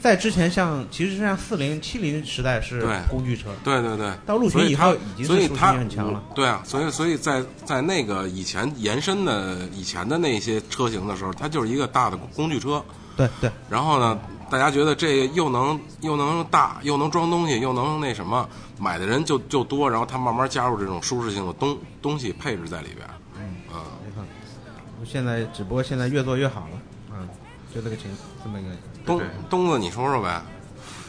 Speaker 5: 在之前像，其实像四零、七零时代是
Speaker 3: 对
Speaker 5: 工具车，
Speaker 3: 对对对。
Speaker 5: 到陆巡以后已经
Speaker 3: 所
Speaker 5: 是
Speaker 3: 以
Speaker 5: 舒适
Speaker 3: 它
Speaker 5: 性很强了。
Speaker 3: 对啊，所以所以在在那个以前延伸的以前的那些车型的时候，它就是一个大的工具车。
Speaker 5: 对对，
Speaker 3: 然后呢，大家觉得这又能又能大又能装东西又能那什么，买的人就就多，然后它慢慢加入这种舒适性的东东西配置在里边。
Speaker 5: 你看，我现在只不过现在越做越好了，嗯，就这个情这么一个。
Speaker 3: 东
Speaker 1: 对
Speaker 3: 东子，你说说呗，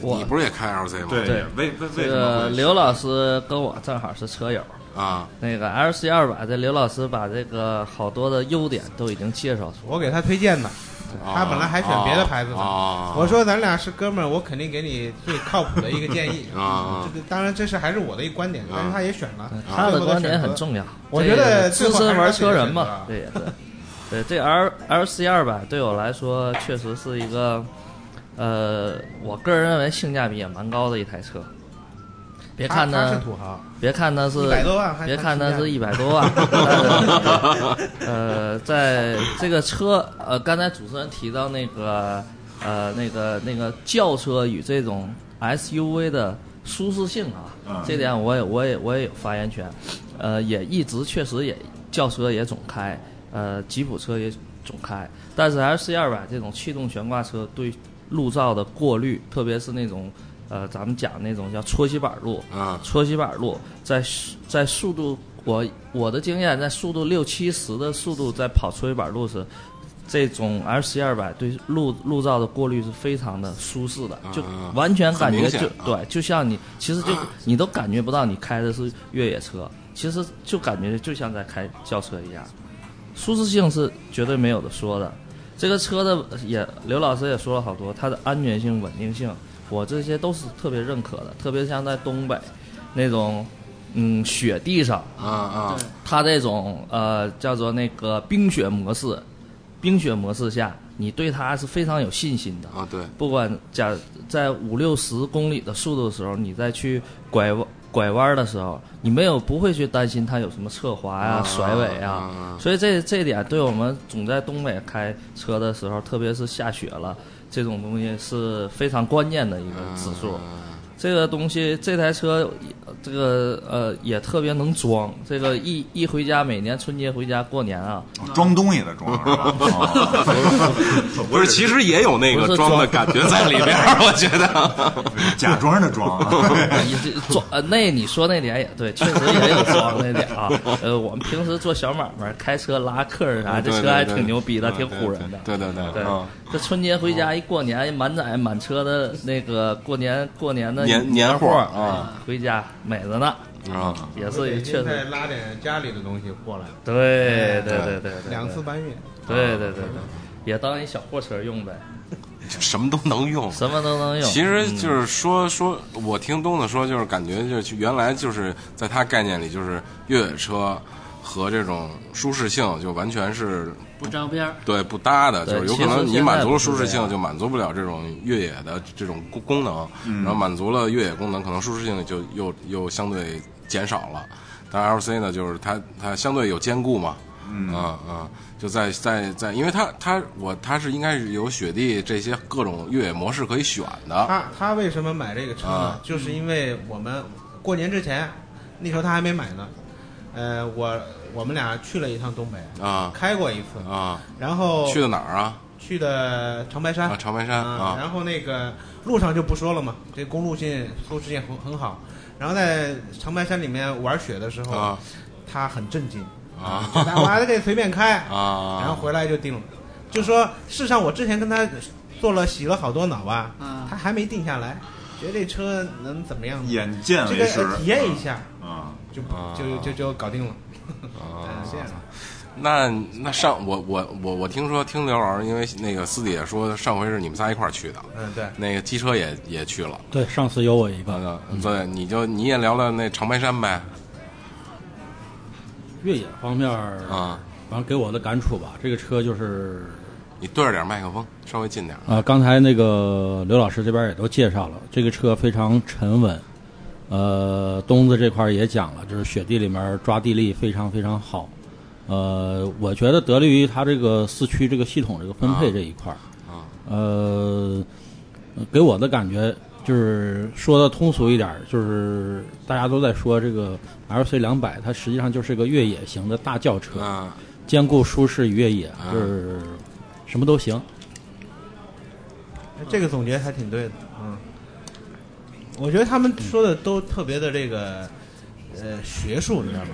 Speaker 4: 我
Speaker 3: 你不是也开 LC 吗？
Speaker 1: 对
Speaker 4: 对
Speaker 1: 为为为
Speaker 4: 这
Speaker 1: 什么
Speaker 4: 个
Speaker 1: 会
Speaker 4: 刘老师跟我正好是车友，
Speaker 3: 啊，
Speaker 4: 那个 L C 二百，这刘老师把这个好多的优点都已经介绍出
Speaker 5: 我给他推荐的，
Speaker 3: 哦
Speaker 5: 他本来还选别的牌子呢。
Speaker 3: 啊，
Speaker 5: 我说咱俩是哥们儿，我肯定给你最靠谱的一个建议
Speaker 3: [laughs] 啊
Speaker 5: 这个当然这是还是我的一个观点，但是他也选了
Speaker 4: 来，，嗯他的观点很重要。
Speaker 5: 我觉得
Speaker 4: 这个资
Speaker 5: 最后
Speaker 4: 深
Speaker 5: 还
Speaker 4: 玩
Speaker 5: 是得
Speaker 4: 车人嘛
Speaker 5: 选，择啊
Speaker 4: 这也是。对，这 L L C 二百对我来说确实是一个，呃，我个人认为性价比也蛮高的一台车。别
Speaker 5: 他
Speaker 4: 看
Speaker 5: 他是
Speaker 4: 呢，
Speaker 5: 土豪，
Speaker 4: 别看它是
Speaker 5: 100多万还
Speaker 4: 别看它
Speaker 5: 还是
Speaker 4: 是一百
Speaker 5: [laughs]
Speaker 4: 多万， [laughs] 但是呃，在这个车呃，刚才主持人提到那个呃那个那个轿车与这种 SUV 的舒适性啊，
Speaker 1: 嗯
Speaker 4: 这点我也我也我也有发言权，呃，也一直确实也轿车也总开，呃，吉普车也总开，但是 L C 二百这种气动悬挂车对路噪的过滤，特别是那种呃咱们讲那种叫搓洗板路，
Speaker 3: 啊
Speaker 4: 搓洗板路，在速在速度，我我的经验，在速度六七十的速度在跑搓洗板路时，这种 L 1二百对路路噪的过滤是非常的舒适的，就
Speaker 3: 啊
Speaker 4: 完全感觉
Speaker 3: 很明显
Speaker 4: 就、
Speaker 3: 啊
Speaker 4: 对，就像你其实就你都感觉不到你开的是越野车，其实就感觉就像在开轿车一样，舒适性是绝对没有的说的。这个车的也，刘老师也说了好多，它的安全性、稳定性，我这些都是特别认可的。特别像在东北那种，嗯，雪地上，
Speaker 3: 啊啊
Speaker 2: 对，
Speaker 4: 它这种呃叫做那个冰雪模式，冰雪模式下，你对它是非常有信心的。
Speaker 3: 啊，对，
Speaker 4: 不管假在五六十公里的速度的时候，你再去拐弯拐弯的时候，你没有不会去担心它有什么侧滑呀、
Speaker 3: 啊
Speaker 4: 甩尾呀、
Speaker 3: 啊啊
Speaker 4: 所以这这点对我们总在东北开车的时候，特别是下雪了，这种东西是非常关键的一个
Speaker 3: 啊
Speaker 4: 指数。这个东西，这台车，呃这个呃也特别能装。这个一一回家，每年春节回家过年啊，
Speaker 1: 哦装东西的装是吧？哦
Speaker 3: 不是，其实也有那
Speaker 4: 不
Speaker 3: 个
Speaker 4: 是
Speaker 3: 装的
Speaker 4: 装
Speaker 3: 感觉在里边儿，
Speaker 5: [laughs]
Speaker 3: 我觉得。
Speaker 1: 假装的装啊。
Speaker 4: 你这装呃，那你说那点也对，确实也有装那点
Speaker 3: [laughs]
Speaker 4: 啊。呃，我们平时做小买卖，开车拉客人啊啥，这
Speaker 3: 对
Speaker 4: 车还
Speaker 3: 对对
Speaker 4: 挺牛逼的，
Speaker 3: 对
Speaker 4: 挺唬人的。
Speaker 3: 对对对
Speaker 4: 对
Speaker 3: 嗯，
Speaker 4: 这春节回家一过年，满载满车的那个过年过年的
Speaker 3: 年年货啊
Speaker 4: 货
Speaker 3: 儿
Speaker 4: 哎回家美着呢，
Speaker 3: 啊，
Speaker 4: 也
Speaker 5: 我
Speaker 4: 是
Speaker 5: 得
Speaker 4: 确
Speaker 5: 现在
Speaker 4: 实，
Speaker 5: 拉点家里的东西过来，
Speaker 4: 对对对对对，
Speaker 5: 两次搬运，
Speaker 4: 对对对对，也当一小货车用呗。
Speaker 3: 什么都能用。
Speaker 4: 什么都能用。
Speaker 3: 其实
Speaker 4: 嗯
Speaker 3: 就是说说，我听东子说，就是感觉就是原来就是在他概念里，就是越野车和这种舒适性就完全是
Speaker 2: 不沾边儿。
Speaker 3: 对不搭的，
Speaker 4: 对
Speaker 3: 就是有
Speaker 4: 其
Speaker 3: 可
Speaker 4: 实
Speaker 3: 能你
Speaker 4: 现在
Speaker 3: 满足了
Speaker 4: 不是
Speaker 3: 舒适
Speaker 4: 这
Speaker 3: 性，
Speaker 4: 样
Speaker 3: 就满足不了这种越野的这种功功能，
Speaker 4: 嗯
Speaker 3: 然后满足了越野功能，可能舒适性就又又相对减少了。但 LC 呢，就是它它相对有兼顾嘛，嗯啊、嗯就在在在，因为它它我它是应该是有雪地这些各种越野模式可以选
Speaker 4: 啊
Speaker 3: 的，
Speaker 5: 他他为什么买这个车呢
Speaker 3: 啊？
Speaker 5: 就是因为我们过年之前，那时候他还没买呢。呃，我我们俩去了一趟东北，
Speaker 3: 啊
Speaker 5: 开过一次，
Speaker 3: 啊，
Speaker 5: 然后
Speaker 3: 去的哪儿啊？
Speaker 5: 去的长白山
Speaker 3: 啊，长白山
Speaker 5: 啊，
Speaker 3: 啊，
Speaker 5: 然后那个路上就不说了嘛，这公路线、都市线很很好。然后在长白山里面玩雪的时候，
Speaker 3: 啊
Speaker 5: 他很震惊，
Speaker 3: 啊 [laughs]
Speaker 5: 就大家都可以随便开，
Speaker 3: 啊，
Speaker 5: 然后回来就定了。就说事实上我之前跟他做了洗了好多脑啊，
Speaker 2: 啊
Speaker 5: 他还没定下来，觉得这车能怎么样呢？
Speaker 1: 眼见
Speaker 5: 这
Speaker 1: 为
Speaker 5: 个
Speaker 1: 实
Speaker 5: 呃，体验一下
Speaker 1: 啊，
Speaker 5: 就
Speaker 3: 啊
Speaker 5: 就就就搞定了，
Speaker 3: 啊
Speaker 5: [laughs] 嗯，这样。
Speaker 3: 那那上我我我我听说听刘老师，因为那个私底下说上回是你们仨一块儿去的，
Speaker 5: 嗯，对。
Speaker 3: 那个机车也也去了，
Speaker 6: 对，上次有我一个
Speaker 3: 嗯，对，你就你也聊聊那长白山呗，
Speaker 6: 越野方面儿，
Speaker 3: 啊，
Speaker 6: 反正给我的感触吧，这个车就是
Speaker 3: 你对着点麦克风，稍微近点儿，
Speaker 6: 啊、刚才那个刘老师这边也都介绍了，这个车非常沉稳，呃，东子这块儿也讲了，就是雪地里面抓地力非常非常好，呃，我觉得得力于它这个四驱这个系统这个分配这一块儿，
Speaker 3: 啊
Speaker 6: 呃，给我的感觉就是说的通俗一点儿，就是大家都在说这个 L C 两百，它实际上就是个越野型的大轿车，
Speaker 3: 啊
Speaker 6: 兼顾舒适与越野，
Speaker 3: 啊
Speaker 6: 就是什么都行。
Speaker 5: 这个总结还挺对的，嗯，我觉得他们说的都特别的这个，呃，学术，你知道吗？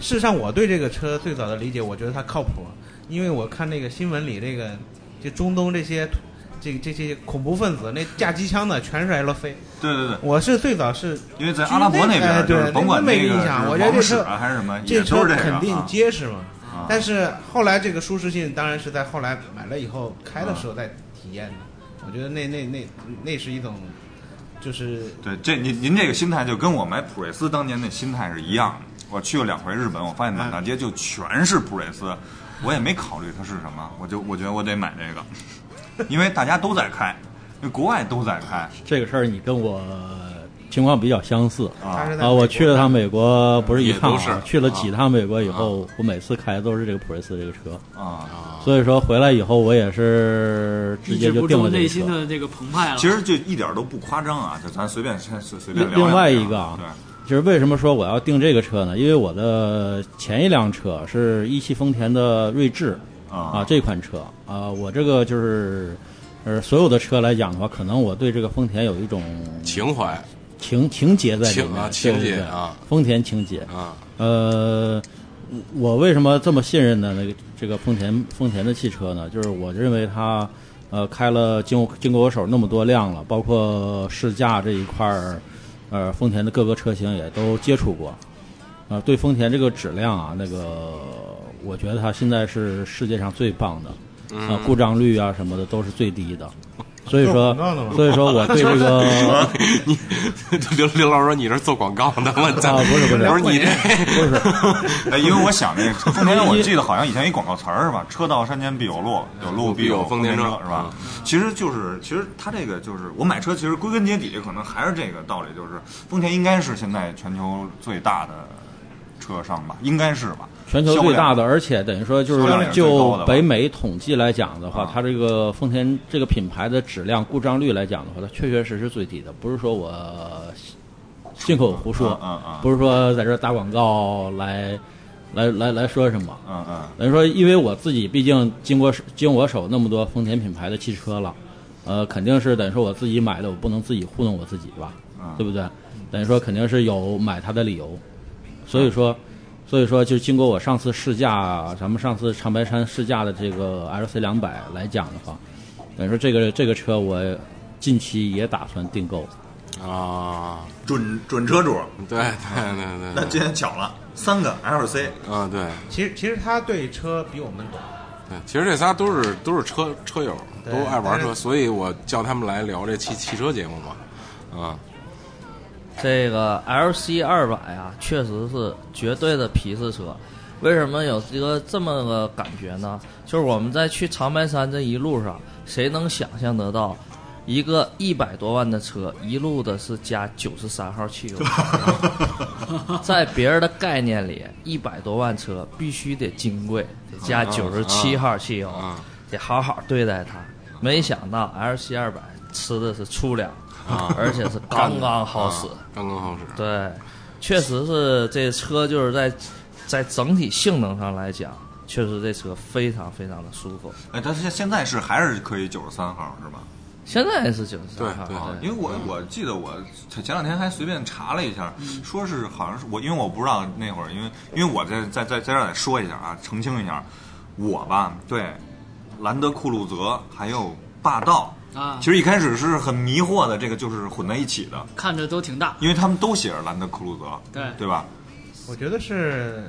Speaker 5: 事实上，我对这个车最早的理解，我觉得它靠谱，因为我看那个新闻里这个，就中东这些，这这些恐怖分子那架机枪的全是 LC，
Speaker 1: 对对对，
Speaker 5: 我是最早是
Speaker 1: 因为在阿拉伯那
Speaker 5: 哎
Speaker 1: 边，
Speaker 5: 对
Speaker 1: 就是甭管
Speaker 5: 那
Speaker 1: 那
Speaker 5: 没
Speaker 1: 个
Speaker 5: 印
Speaker 1: 是
Speaker 5: 象我觉得这
Speaker 1: 王室
Speaker 5: 车
Speaker 1: 啊还是什么，也
Speaker 5: 这
Speaker 1: 都是
Speaker 5: 车
Speaker 1: 这个
Speaker 5: 肯定
Speaker 1: 啊
Speaker 5: 结实嘛，
Speaker 1: 啊
Speaker 5: 但是后来这个舒适性当然是在后来买了以后开的时
Speaker 1: 啊
Speaker 5: 候再体验的，我觉得那那那那是一种，就是
Speaker 1: 对，这您您这个心态就跟我买普锐斯当年那心态是一样的。我去过两回日本，我发现满
Speaker 5: 嗯
Speaker 1: 大街就全是普锐斯，我也没考虑它是什么，我就我觉得我得买这个，因为大家都在开，因为国外都在开
Speaker 6: 这个事儿你跟我情况比较相似
Speaker 5: 它
Speaker 1: 啊
Speaker 5: 是在
Speaker 6: 啊。我去了趟美国，不是一趟
Speaker 3: 也都是
Speaker 6: 啊，去了几趟美国以后，我每次开的都是这个普锐斯这个车，
Speaker 1: 啊。
Speaker 6: 所以说回来以后我也是直
Speaker 2: 抑
Speaker 6: 接
Speaker 2: 制
Speaker 6: 就
Speaker 2: 不
Speaker 6: 定
Speaker 2: 住
Speaker 6: 了这
Speaker 2: 内
Speaker 6: 个
Speaker 2: 心
Speaker 6: 车。
Speaker 2: 的这个澎湃了。
Speaker 1: 其实就一点都不夸张啊，就咱随便先随随便
Speaker 6: 另
Speaker 1: 聊聊。
Speaker 6: 另外一个啊
Speaker 1: 对，
Speaker 6: 就是为什么说我要定这个车呢？因为我的前一辆车是一汽丰田的锐志啊
Speaker 1: 啊
Speaker 6: 这款车啊，我这个就是呃所有的车来讲的话，可能我对这个丰田有一种
Speaker 3: 情怀 [laughs]
Speaker 6: 情情节在里
Speaker 3: 情
Speaker 6: 面，
Speaker 3: 啊
Speaker 6: 对
Speaker 3: 情
Speaker 6: 对
Speaker 3: 节
Speaker 6: 对
Speaker 3: 啊
Speaker 6: 丰田情节。
Speaker 3: 啊
Speaker 6: 呃，我为什么这么信任呢？那个这个丰田丰田的汽车呢？就是我认为它，呃，开了经经过我手那么多辆了，包括试驾这一块儿，呃，丰田的各个车型也都接触过，呃，对丰田这个质量啊，那个我觉得它现在是世界上最棒的，
Speaker 3: 嗯
Speaker 6: 啊、故障率啊什么的都是最低的。所以
Speaker 5: 做
Speaker 6: 说
Speaker 5: 广告的吗，
Speaker 6: 所以说我对这
Speaker 3: [laughs]
Speaker 6: 个
Speaker 3: 刘刘老师说你这是做广告的，我操，
Speaker 6: [laughs] 啊，不是不是
Speaker 3: 不是你这
Speaker 6: 不是，
Speaker 1: 哎，因为我想那个丰田，我记得好像以前一广告词儿是吧？车到山前必有路，有路必有丰田车是吧？其实就是，其实它这个就是我买车，其实归根结底可能还是这个道理，就是丰田应该是现在全球最大的车商吧，应该是吧？
Speaker 6: 全球最大的，而且等于说就
Speaker 1: 销
Speaker 6: 是
Speaker 1: 量也是最高
Speaker 6: 就
Speaker 1: 的吧
Speaker 6: 北美统计来讲的话
Speaker 1: 啊，
Speaker 6: 它这个丰田这个品牌的质量故障率来讲的话，它确确实实最低的，不是说我信口胡说，
Speaker 1: 嗯嗯嗯
Speaker 6: 不是说在这儿打广告来来来来说什么。
Speaker 1: 嗯嗯，
Speaker 6: 等于说，因为我自己毕竟经过手经我手那么多丰田品牌的汽车了，呃，肯定是等于说我自己买的，我不能自己糊弄我自己吧，
Speaker 5: 啊
Speaker 6: 对不对？等于说肯定是有买它的理由，所以说，所以说就经过我上次试驾，咱们上次长白山试驾的这个 LC 两百来讲的话，等于说这个这个车我近期也打算订购，
Speaker 3: [laughs] 啊，
Speaker 1: 准准车主，
Speaker 3: 对对对对，
Speaker 1: 天巧了，三个 LC，
Speaker 3: 啊对，
Speaker 5: 其实其实他对车比我们懂，
Speaker 3: 对，其实这仨都是都是车车友，
Speaker 5: 对
Speaker 3: 都爱玩
Speaker 5: 但
Speaker 3: 车，
Speaker 5: 是
Speaker 3: 所以我叫他们来聊这汽汽车节目嘛，啊，
Speaker 4: 这个 LC 二百啊，确实是绝对的皮实车。为什么有一个这么个感觉呢？就是我们在去长白山这一路上，谁能想象得到，一个一百多万的车，一路的是加九十三号
Speaker 3: [laughs]
Speaker 4: 汽油？在别人的概念里，一百多万车必须得金贵，得加九十七号汽油，
Speaker 3: 啊
Speaker 4: 得好好对待它。没想到 LC 二百吃的是粗粮，
Speaker 3: 啊
Speaker 4: 而且是刚刚好使。
Speaker 3: 啊刚刚好使，
Speaker 4: 对，确实是这车就是在在整体性能上来讲，确实这车非常非常的舒服。
Speaker 1: 哎，但是现在是还是可以九十三号是吧？
Speaker 4: 现在也是九十
Speaker 3: 对
Speaker 4: 三号，
Speaker 3: 对
Speaker 2: 嗯
Speaker 1: 啊，因为我我记得我前前两天还随便查了一下，
Speaker 2: 嗯
Speaker 1: 说是好像是我，因为我不知道那会儿，因为因为我在在在在这儿得说一下啊，澄清一下，我吧对，兰德酷路泽还有霸道，
Speaker 2: 啊
Speaker 1: 其，实一开始是很迷惑的，这个就是混在一起的，
Speaker 2: 看着都挺大。
Speaker 1: 因为他们都写着兰德酷路泽，
Speaker 2: 对
Speaker 1: 对吧？
Speaker 5: 我觉得是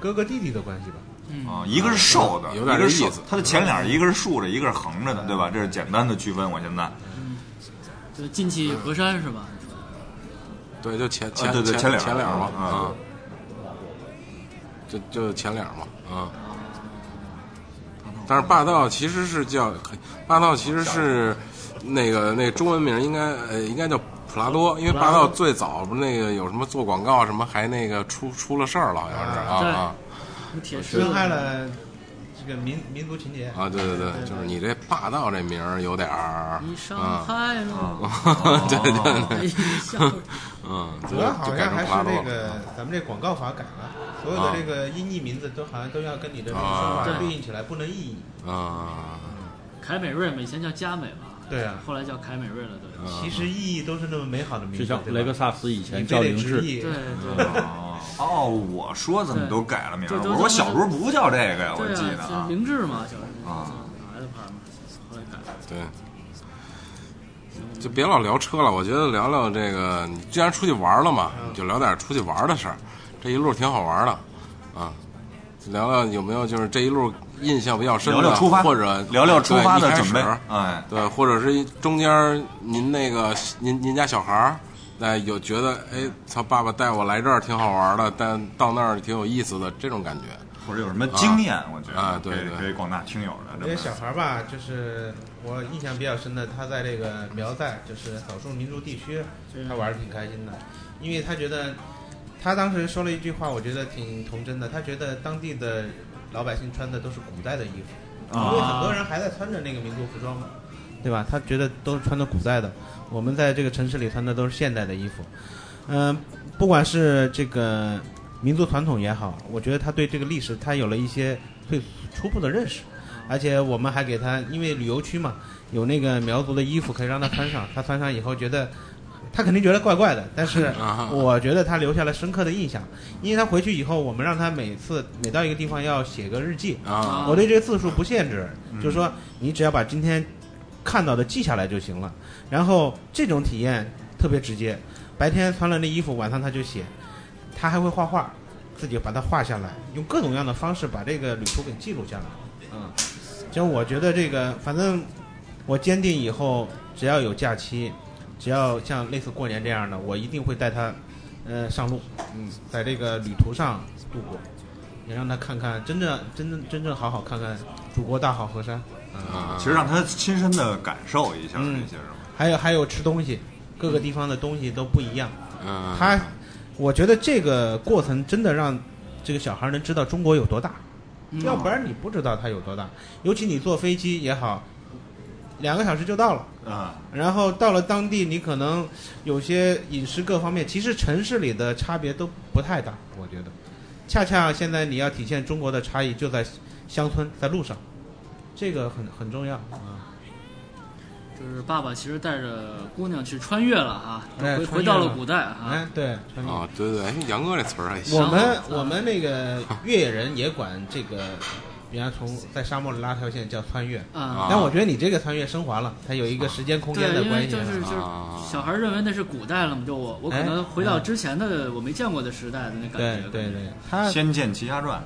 Speaker 5: 哥哥弟弟的关系吧。
Speaker 2: 嗯
Speaker 1: 啊，一个是瘦的，
Speaker 3: 有点
Speaker 1: 一个是
Speaker 3: 这意
Speaker 1: 瘦
Speaker 3: 思，嗯
Speaker 1: 它的前脸一个是竖着，一个是横着的，对吧？这是简单的区分。我现在，
Speaker 2: 就进气格栅是吧？
Speaker 3: 对，就前前
Speaker 1: 啊对对
Speaker 3: 前
Speaker 1: 前脸
Speaker 3: 前脸嘛，
Speaker 1: 啊
Speaker 3: 啊，就就前脸嘛，啊。但是霸道其实是叫霸道，其实是那个那中文名应该呃应该叫普拉多，因为霸道最早不是那个有什么做广告什么还那个出出了事儿了，好像是
Speaker 2: 对
Speaker 3: 啊
Speaker 2: 铁狮
Speaker 5: 伤害
Speaker 2: 子
Speaker 5: 了这个民民族情节
Speaker 3: 啊。啊对对对，就是你这霸道这名儿有点儿
Speaker 2: 你伤
Speaker 3: 啊， [laughs]
Speaker 2: 害了，
Speaker 3: 对对对，
Speaker 2: 哎笑死
Speaker 3: 嗯，就
Speaker 5: 主要好
Speaker 3: 就改
Speaker 5: 像
Speaker 3: 成
Speaker 5: 还
Speaker 3: 普拉
Speaker 5: 是
Speaker 3: 多
Speaker 5: 这
Speaker 3: 了。
Speaker 5: 个咱们这广告法改了，所有的这个音译名字都好像都要跟你的这个说
Speaker 3: 啊
Speaker 5: 法
Speaker 2: 对
Speaker 5: 对应起来，不能意译。
Speaker 3: 啊，
Speaker 2: 凯美瑞嘛，以前叫佳美吧？
Speaker 5: 对啊
Speaker 2: 后来叫凯美瑞了，对。
Speaker 5: 其实意义都是那么美好的名
Speaker 6: 就
Speaker 5: 字，
Speaker 6: 像
Speaker 5: 对吧
Speaker 6: 雷克萨斯以前
Speaker 5: 你
Speaker 6: 叫
Speaker 5: 非得
Speaker 6: 凌
Speaker 5: 直
Speaker 6: 志，
Speaker 5: 译
Speaker 2: 对，对
Speaker 1: 哦， [laughs] 哦，我说怎么都改了名儿？
Speaker 2: 对
Speaker 1: 我
Speaker 2: 对
Speaker 1: 说
Speaker 2: 对
Speaker 1: 我小时候不叫这个呀，我记
Speaker 2: 对
Speaker 1: 得
Speaker 2: 啊，
Speaker 1: 啊
Speaker 2: 就。明治嘛，小时候
Speaker 1: 啊
Speaker 2: 哪来的牌儿嘛？后来改了。
Speaker 3: 对，就别老聊车了，我觉得聊聊这个，你既然出去玩了嘛，你就聊点出去玩的事儿，这一路挺好玩的，啊，聊聊有没有就是这一路印象比较深的，
Speaker 1: 聊聊出发，
Speaker 3: 或者
Speaker 1: 聊聊出发的
Speaker 3: 对一开
Speaker 1: 准备
Speaker 3: 始，
Speaker 1: 哎，
Speaker 3: 对，或者是中间您那个您您家小孩儿，哎，有觉得哎，操，爸爸带我来这儿挺好玩的，但到那儿挺有意思的这种感觉，
Speaker 1: 或者有什么经验，我觉
Speaker 3: 啊
Speaker 1: 得
Speaker 3: 对对
Speaker 1: 给给广大听友的，
Speaker 5: 这些
Speaker 1: 真
Speaker 5: 小
Speaker 1: 的
Speaker 5: 孩儿吧，就是我印象比较深的，他在这个苗寨，就是少数民族地区，他玩的挺开心的，因为他觉得，他当时说了一句话，我觉得挺童真的，他觉得当地的老百姓穿的都是古代的衣服，因为很多人还在穿着那个民族服装嘛，啊对吧？他觉得都是穿的古代的，我们在这个城市里穿的都是现代的衣服，嗯、不管是这个民族传统也好，我觉得他对这个历史他有了一些最初步的认识，而且我们还给他，因为旅游区嘛，有那个苗族的衣服可以让他穿上，他穿上以后觉得。他肯定觉得怪怪的，但是我觉得他留下了深刻的印象，因为他回去以后，我们让他每次每到一个地方要写个日记，
Speaker 3: 啊
Speaker 5: 我对这个字数不限制，就是说你只要把今天看到的记下来就行了。然后这种体验特别直接，白天穿了那衣服，晚上他就写，他还会画画，自己把它画下来，用各种各样的方式把这个旅途给记录下来。嗯，就我觉得这个，反正我坚定以后只要有假期，只要像类似过年这样的，我一定会带他，呃，上路，嗯，在这个旅途上度过。也让他看看真正真正真正好好看看祖国大好河山，
Speaker 3: 啊，
Speaker 1: 其实让他亲身的感受一下这
Speaker 5: 嗯
Speaker 1: 些什么。
Speaker 5: 还有还有吃东西，各个地方的东西都不一样。
Speaker 3: 嗯，
Speaker 5: 他，我觉得这个过程真的让这个小孩能知道中国有多大，
Speaker 2: 嗯
Speaker 5: 要不然你不知道它有多大。尤其你坐飞机也好，两个小时就到了。
Speaker 1: 啊，
Speaker 5: 然后到了当地，你可能有些饮食各方面，其实城市里的差别都不太大，我觉得。恰恰现在你要体现中国的差异，就在乡村，在路上，这个很很重要啊。
Speaker 2: 就是爸爸其实带着姑娘去穿越了哈，
Speaker 5: 哎
Speaker 2: 回
Speaker 5: 穿越
Speaker 2: 回到了
Speaker 5: 了
Speaker 2: 古代哦哈。
Speaker 5: 哎，对，穿越
Speaker 3: 啊，对对，哎，杨哥这词儿还行
Speaker 5: 我们
Speaker 2: 沙漠
Speaker 5: 我们那个越野人也管这个，人家从在沙漠里拉条线叫穿越，
Speaker 2: 啊，
Speaker 3: 啊
Speaker 5: 但我觉得你这个穿越升华了，它有一个时间空间的
Speaker 2: 对，因
Speaker 5: 关
Speaker 2: 为
Speaker 5: 系
Speaker 2: 就
Speaker 5: 了。
Speaker 2: 是就是
Speaker 3: 啊
Speaker 2: 小孩认为那是古代了嘛，就我我可
Speaker 5: 哎
Speaker 2: 能回到之前的我没见过的时代的那感
Speaker 5: 对
Speaker 1: 啊
Speaker 2: 觉。
Speaker 5: 对对，
Speaker 3: [laughs]
Speaker 5: 它
Speaker 1: 《仙剑奇侠传》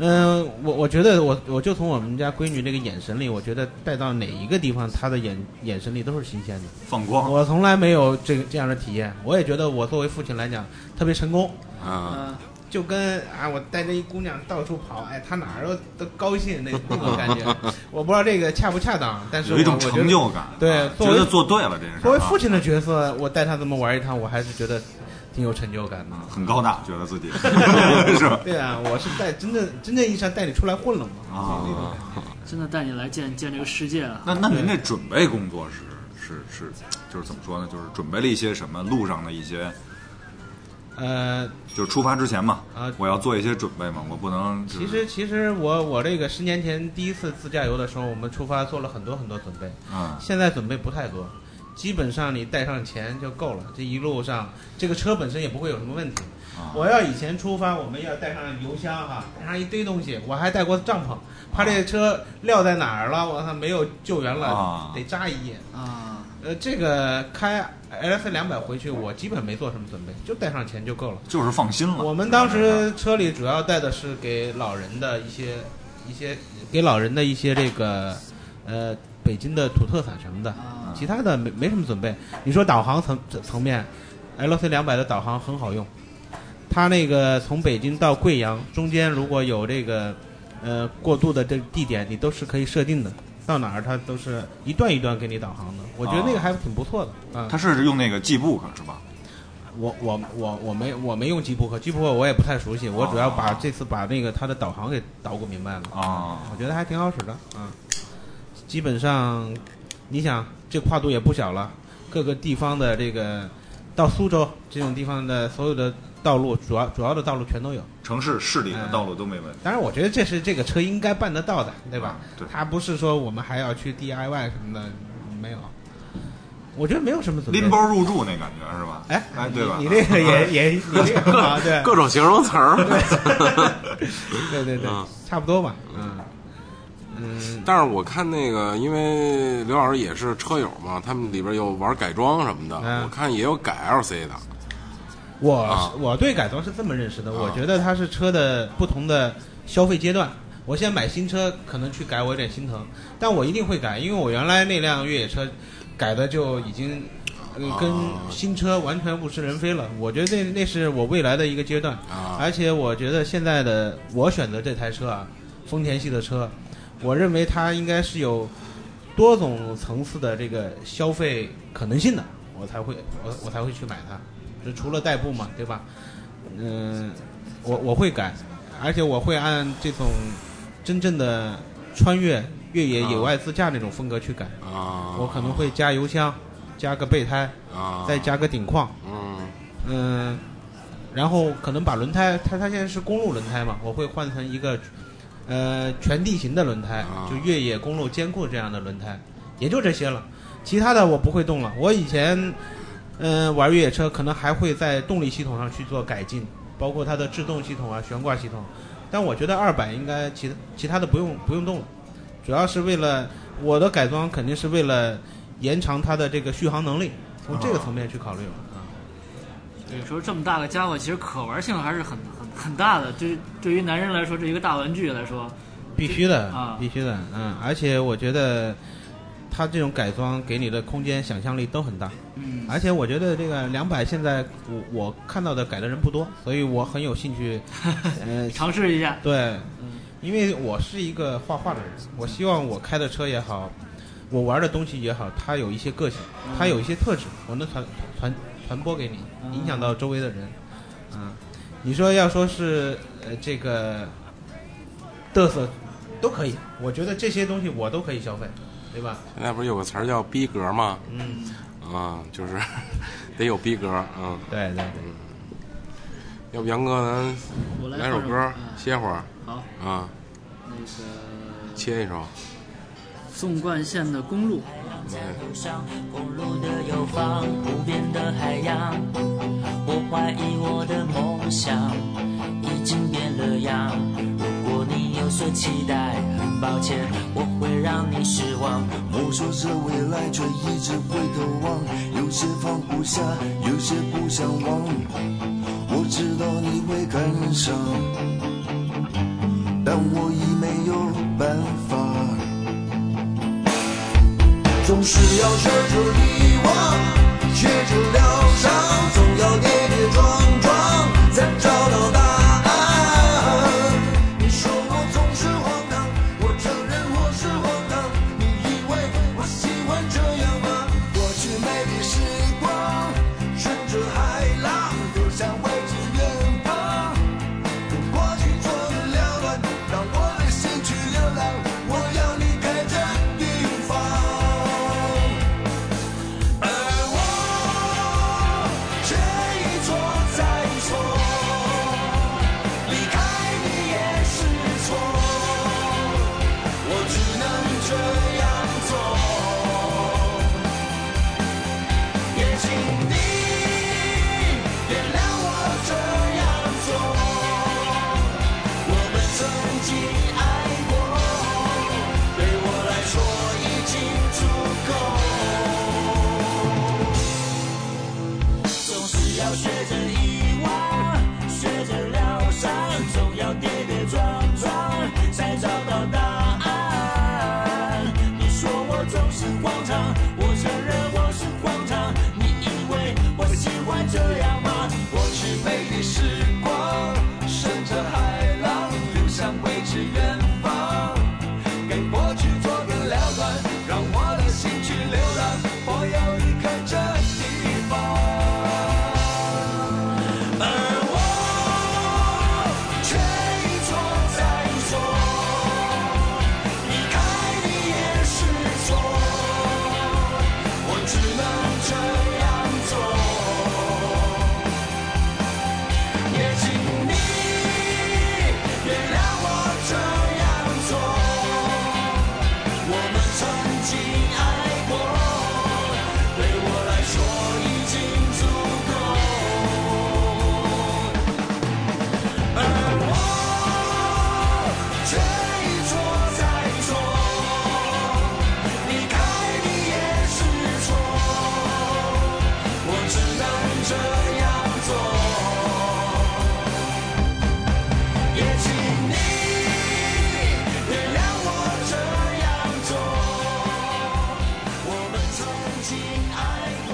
Speaker 5: 嗯，我我觉得我我就从我们家闺女这个眼神里，我觉得带到哪一个地方，她的眼眼神里都是新鲜的。
Speaker 1: 放光
Speaker 5: 我从来没有这个这样的体验，我也觉得我作为父亲来讲特别成功，
Speaker 3: 啊，
Speaker 2: 嗯，
Speaker 5: 就跟啊我带着一姑娘到处跑，哎，她哪儿都都高兴那那种感觉。
Speaker 1: [laughs]
Speaker 5: 我不知道这个恰不恰当，但是
Speaker 1: 有一种
Speaker 5: 我我觉得
Speaker 1: 成就感，
Speaker 5: 对
Speaker 1: 觉
Speaker 5: 作为
Speaker 1: 得做对了这事儿啊，
Speaker 5: 作为父亲的角色，我带他这么玩一趟，我还是觉得挺有成就感的。
Speaker 1: 啊很高大，觉得
Speaker 5: [laughs]
Speaker 1: 自己 [laughs] 是吧？
Speaker 5: 对啊，我是带真正真正意义上带你出来混了嘛。
Speaker 1: 啊，
Speaker 2: 真的带你来见见这个世界啊！
Speaker 1: 那那您这准备工作是是是，就是怎么说呢？就是准备了一些什么？路上的一些，
Speaker 5: 呃，
Speaker 1: 就是出发之前嘛，
Speaker 5: 啊
Speaker 1: 我要做一些准备嘛，我不能就是
Speaker 5: 其实其实我我这个十年前第一次自驾游的时候，我们出发做了很多很多准备，
Speaker 1: 嗯
Speaker 5: 现在准备不太多，基本上你带上钱就够了。这一路上这个车本身也不会有什么问题。
Speaker 1: 啊
Speaker 5: 我要以前出发，我们要带上油箱哈，带上一堆东西，我还带过帐篷，怕这车撂在哪儿了，我操没有救援了，
Speaker 1: 啊
Speaker 5: 得扎一夜。
Speaker 2: 啊，
Speaker 5: 呃，这个开 LS 两百回去，我基本没做什么准备，就带上钱就够了。
Speaker 1: 就是放心了。
Speaker 5: 我们当时车里主要带的是给老人的一些一些给老人的一些这个呃北京的土特产什么的，
Speaker 2: 啊
Speaker 5: 其他的没没什么准备。你说导航层层面，LC 两百的导航很好用，它那个从北京到贵阳中间如果有这个呃过渡的这地点，你都是可以设定的。到哪儿它都是一段一段给你导航的，我觉得那个还挺不错的啊。
Speaker 1: 他是用那个 G book 是吧？
Speaker 5: 我我我我没我没用吉普克，吉普克我也不太熟悉，我主要把这次把那个它的导航给捣鼓明白了，
Speaker 1: 啊，
Speaker 5: 我觉得还挺好使的，嗯，基本上，你想这跨度也不小了，各个地方的这个到苏州这种地方的所有的道路，主要主要的道路全都有。
Speaker 1: 城市市里的道路都没问题，
Speaker 5: 当然，我觉得这是这个车应该办得到的，对吧？
Speaker 1: 对
Speaker 5: 它不是说我们还要去 DIY 什么的，没有，我觉得没有什么准备
Speaker 1: 拎。包入住那感觉是吧？
Speaker 5: 哎
Speaker 1: 哎，对吧？
Speaker 5: 你你这个
Speaker 1: [laughs]
Speaker 5: 也也你这个啊，对，
Speaker 3: 各种形容词儿。
Speaker 5: [laughs] 对对对
Speaker 3: 嗯，
Speaker 5: 差不多吧。嗯嗯，
Speaker 3: [laughs] 但是我看那个，因为刘老师也是车友嘛，他们里边有玩改装什么的，
Speaker 5: 嗯
Speaker 3: 我看也有改 LC 的啊
Speaker 5: 我我对改装是这么认识的，我觉得它是车的不同的消费阶段。我现在买新车，可能去改我有点心疼，但我一定会改，因为我原来那辆越野车改的就已经。呃
Speaker 3: 啊
Speaker 5: 跟新车完全物是人非了，我觉得那那是我未来的一个阶段，
Speaker 3: 啊
Speaker 5: 而且我觉得现在的我选择这台车啊，丰田系的车，我认为它应该是有多种层次的这个消费可能性的，我才会我我才会去买它。就除了代步嘛，对吧？嗯、我我会改，而且我会按这种真正的穿越越野
Speaker 3: 啊
Speaker 5: 野外自驾那种风格去改。
Speaker 3: 啊！
Speaker 5: 我可能会加油箱，加个备胎，
Speaker 3: 啊，
Speaker 5: 再加个顶框，
Speaker 3: 嗯
Speaker 5: 嗯，然后可能把轮胎，它它现在是公路轮胎嘛，我会换成一个，呃，全地形的轮胎
Speaker 3: 啊，
Speaker 5: 就越野公路兼顾这样的轮胎，也就这些了，其他的我不会动了。我以前，嗯、玩越野车可能还会在动力系统上去做改进，包括它的制动系统啊、悬挂系统，但我觉得二百应该其他其他的不用不用动了，主要是为了我的改装肯定是为了延长它的这个续航能力，从这个层面去考虑了。啊
Speaker 2: 有时候这么大个家伙，其实可玩性还是很很很大的。对，对于男人来说，这一个大玩具来说，
Speaker 5: 必须的，
Speaker 2: 啊
Speaker 5: 必须的，嗯，而且我觉得它这种改装给你的空间想象力都很大，
Speaker 2: 嗯，
Speaker 5: 而且我觉得这个两百现在我我看到的改的人不多，所以我很有兴趣，呃，
Speaker 2: 尝试一下，
Speaker 5: 对
Speaker 2: 嗯，
Speaker 5: 因为我是一个画画的人，我希望我开的车也好，我玩的东西也好，它有一些个性，它有一些特质，我能传传传播给你，
Speaker 2: 嗯
Speaker 5: 影响到周围的人。嗯，你说要说是呃这个嘚瑟，都可以，我觉得这些东西我都可以消费，对吧？
Speaker 3: 现在不是有个词儿叫逼格吗？
Speaker 5: 嗯，
Speaker 3: 啊，就是 [laughs] 得有逼格，嗯。
Speaker 5: 对对对，
Speaker 3: 要不杨哥
Speaker 2: 我
Speaker 3: 咱
Speaker 2: 来
Speaker 3: 来首
Speaker 2: 换
Speaker 3: 歌
Speaker 2: 嗯
Speaker 3: 歇会儿
Speaker 2: 好，
Speaker 3: 啊，
Speaker 2: 那个
Speaker 3: 切一首。
Speaker 2: 纵贯线的公路，
Speaker 7: 在路上，公路的右方，无边的海洋。我怀疑我的梦想已经变了样。如果你有所期待，很抱歉，我会让你失望。
Speaker 8: 摸索着未来，却一直回头望，有些放不下，有些不想忘。我知道你会感伤，但但我已没有办法。总是要学着遗忘，学着疗伤，总要跌跌撞撞，才找到答案。你说我总是荒唐，我承认我是荒唐。你以为我喜欢这样吗？过去美丽时光，顺着海浪流向未知远方。用过去做的缭乱，让我的心去流浪。我要离开这地方，而我却一错再错，离开你也是错，我只能这样做。也请你原谅我这样做。我们曾经爱过，对我来说已经足够。总是要学着遗忘，学着疗伤，总要跌跌撞撞才找到答案。你说我总是荒唐，我承认我是荒唐。你以为我喜欢这样吗？过去美丽时光，顺着海浪流向未知远方，给过去做个了断，让我的心去流浪。我要离开这地方，而我却一错再错，离开你也是错，我只能这样做。也请你原谅我这样做。我们曾经爱过，对我来说已经足够。而我却一错再错，离开你也是错，我只能这样做。也请你原谅我这样做，我们曾经爱过。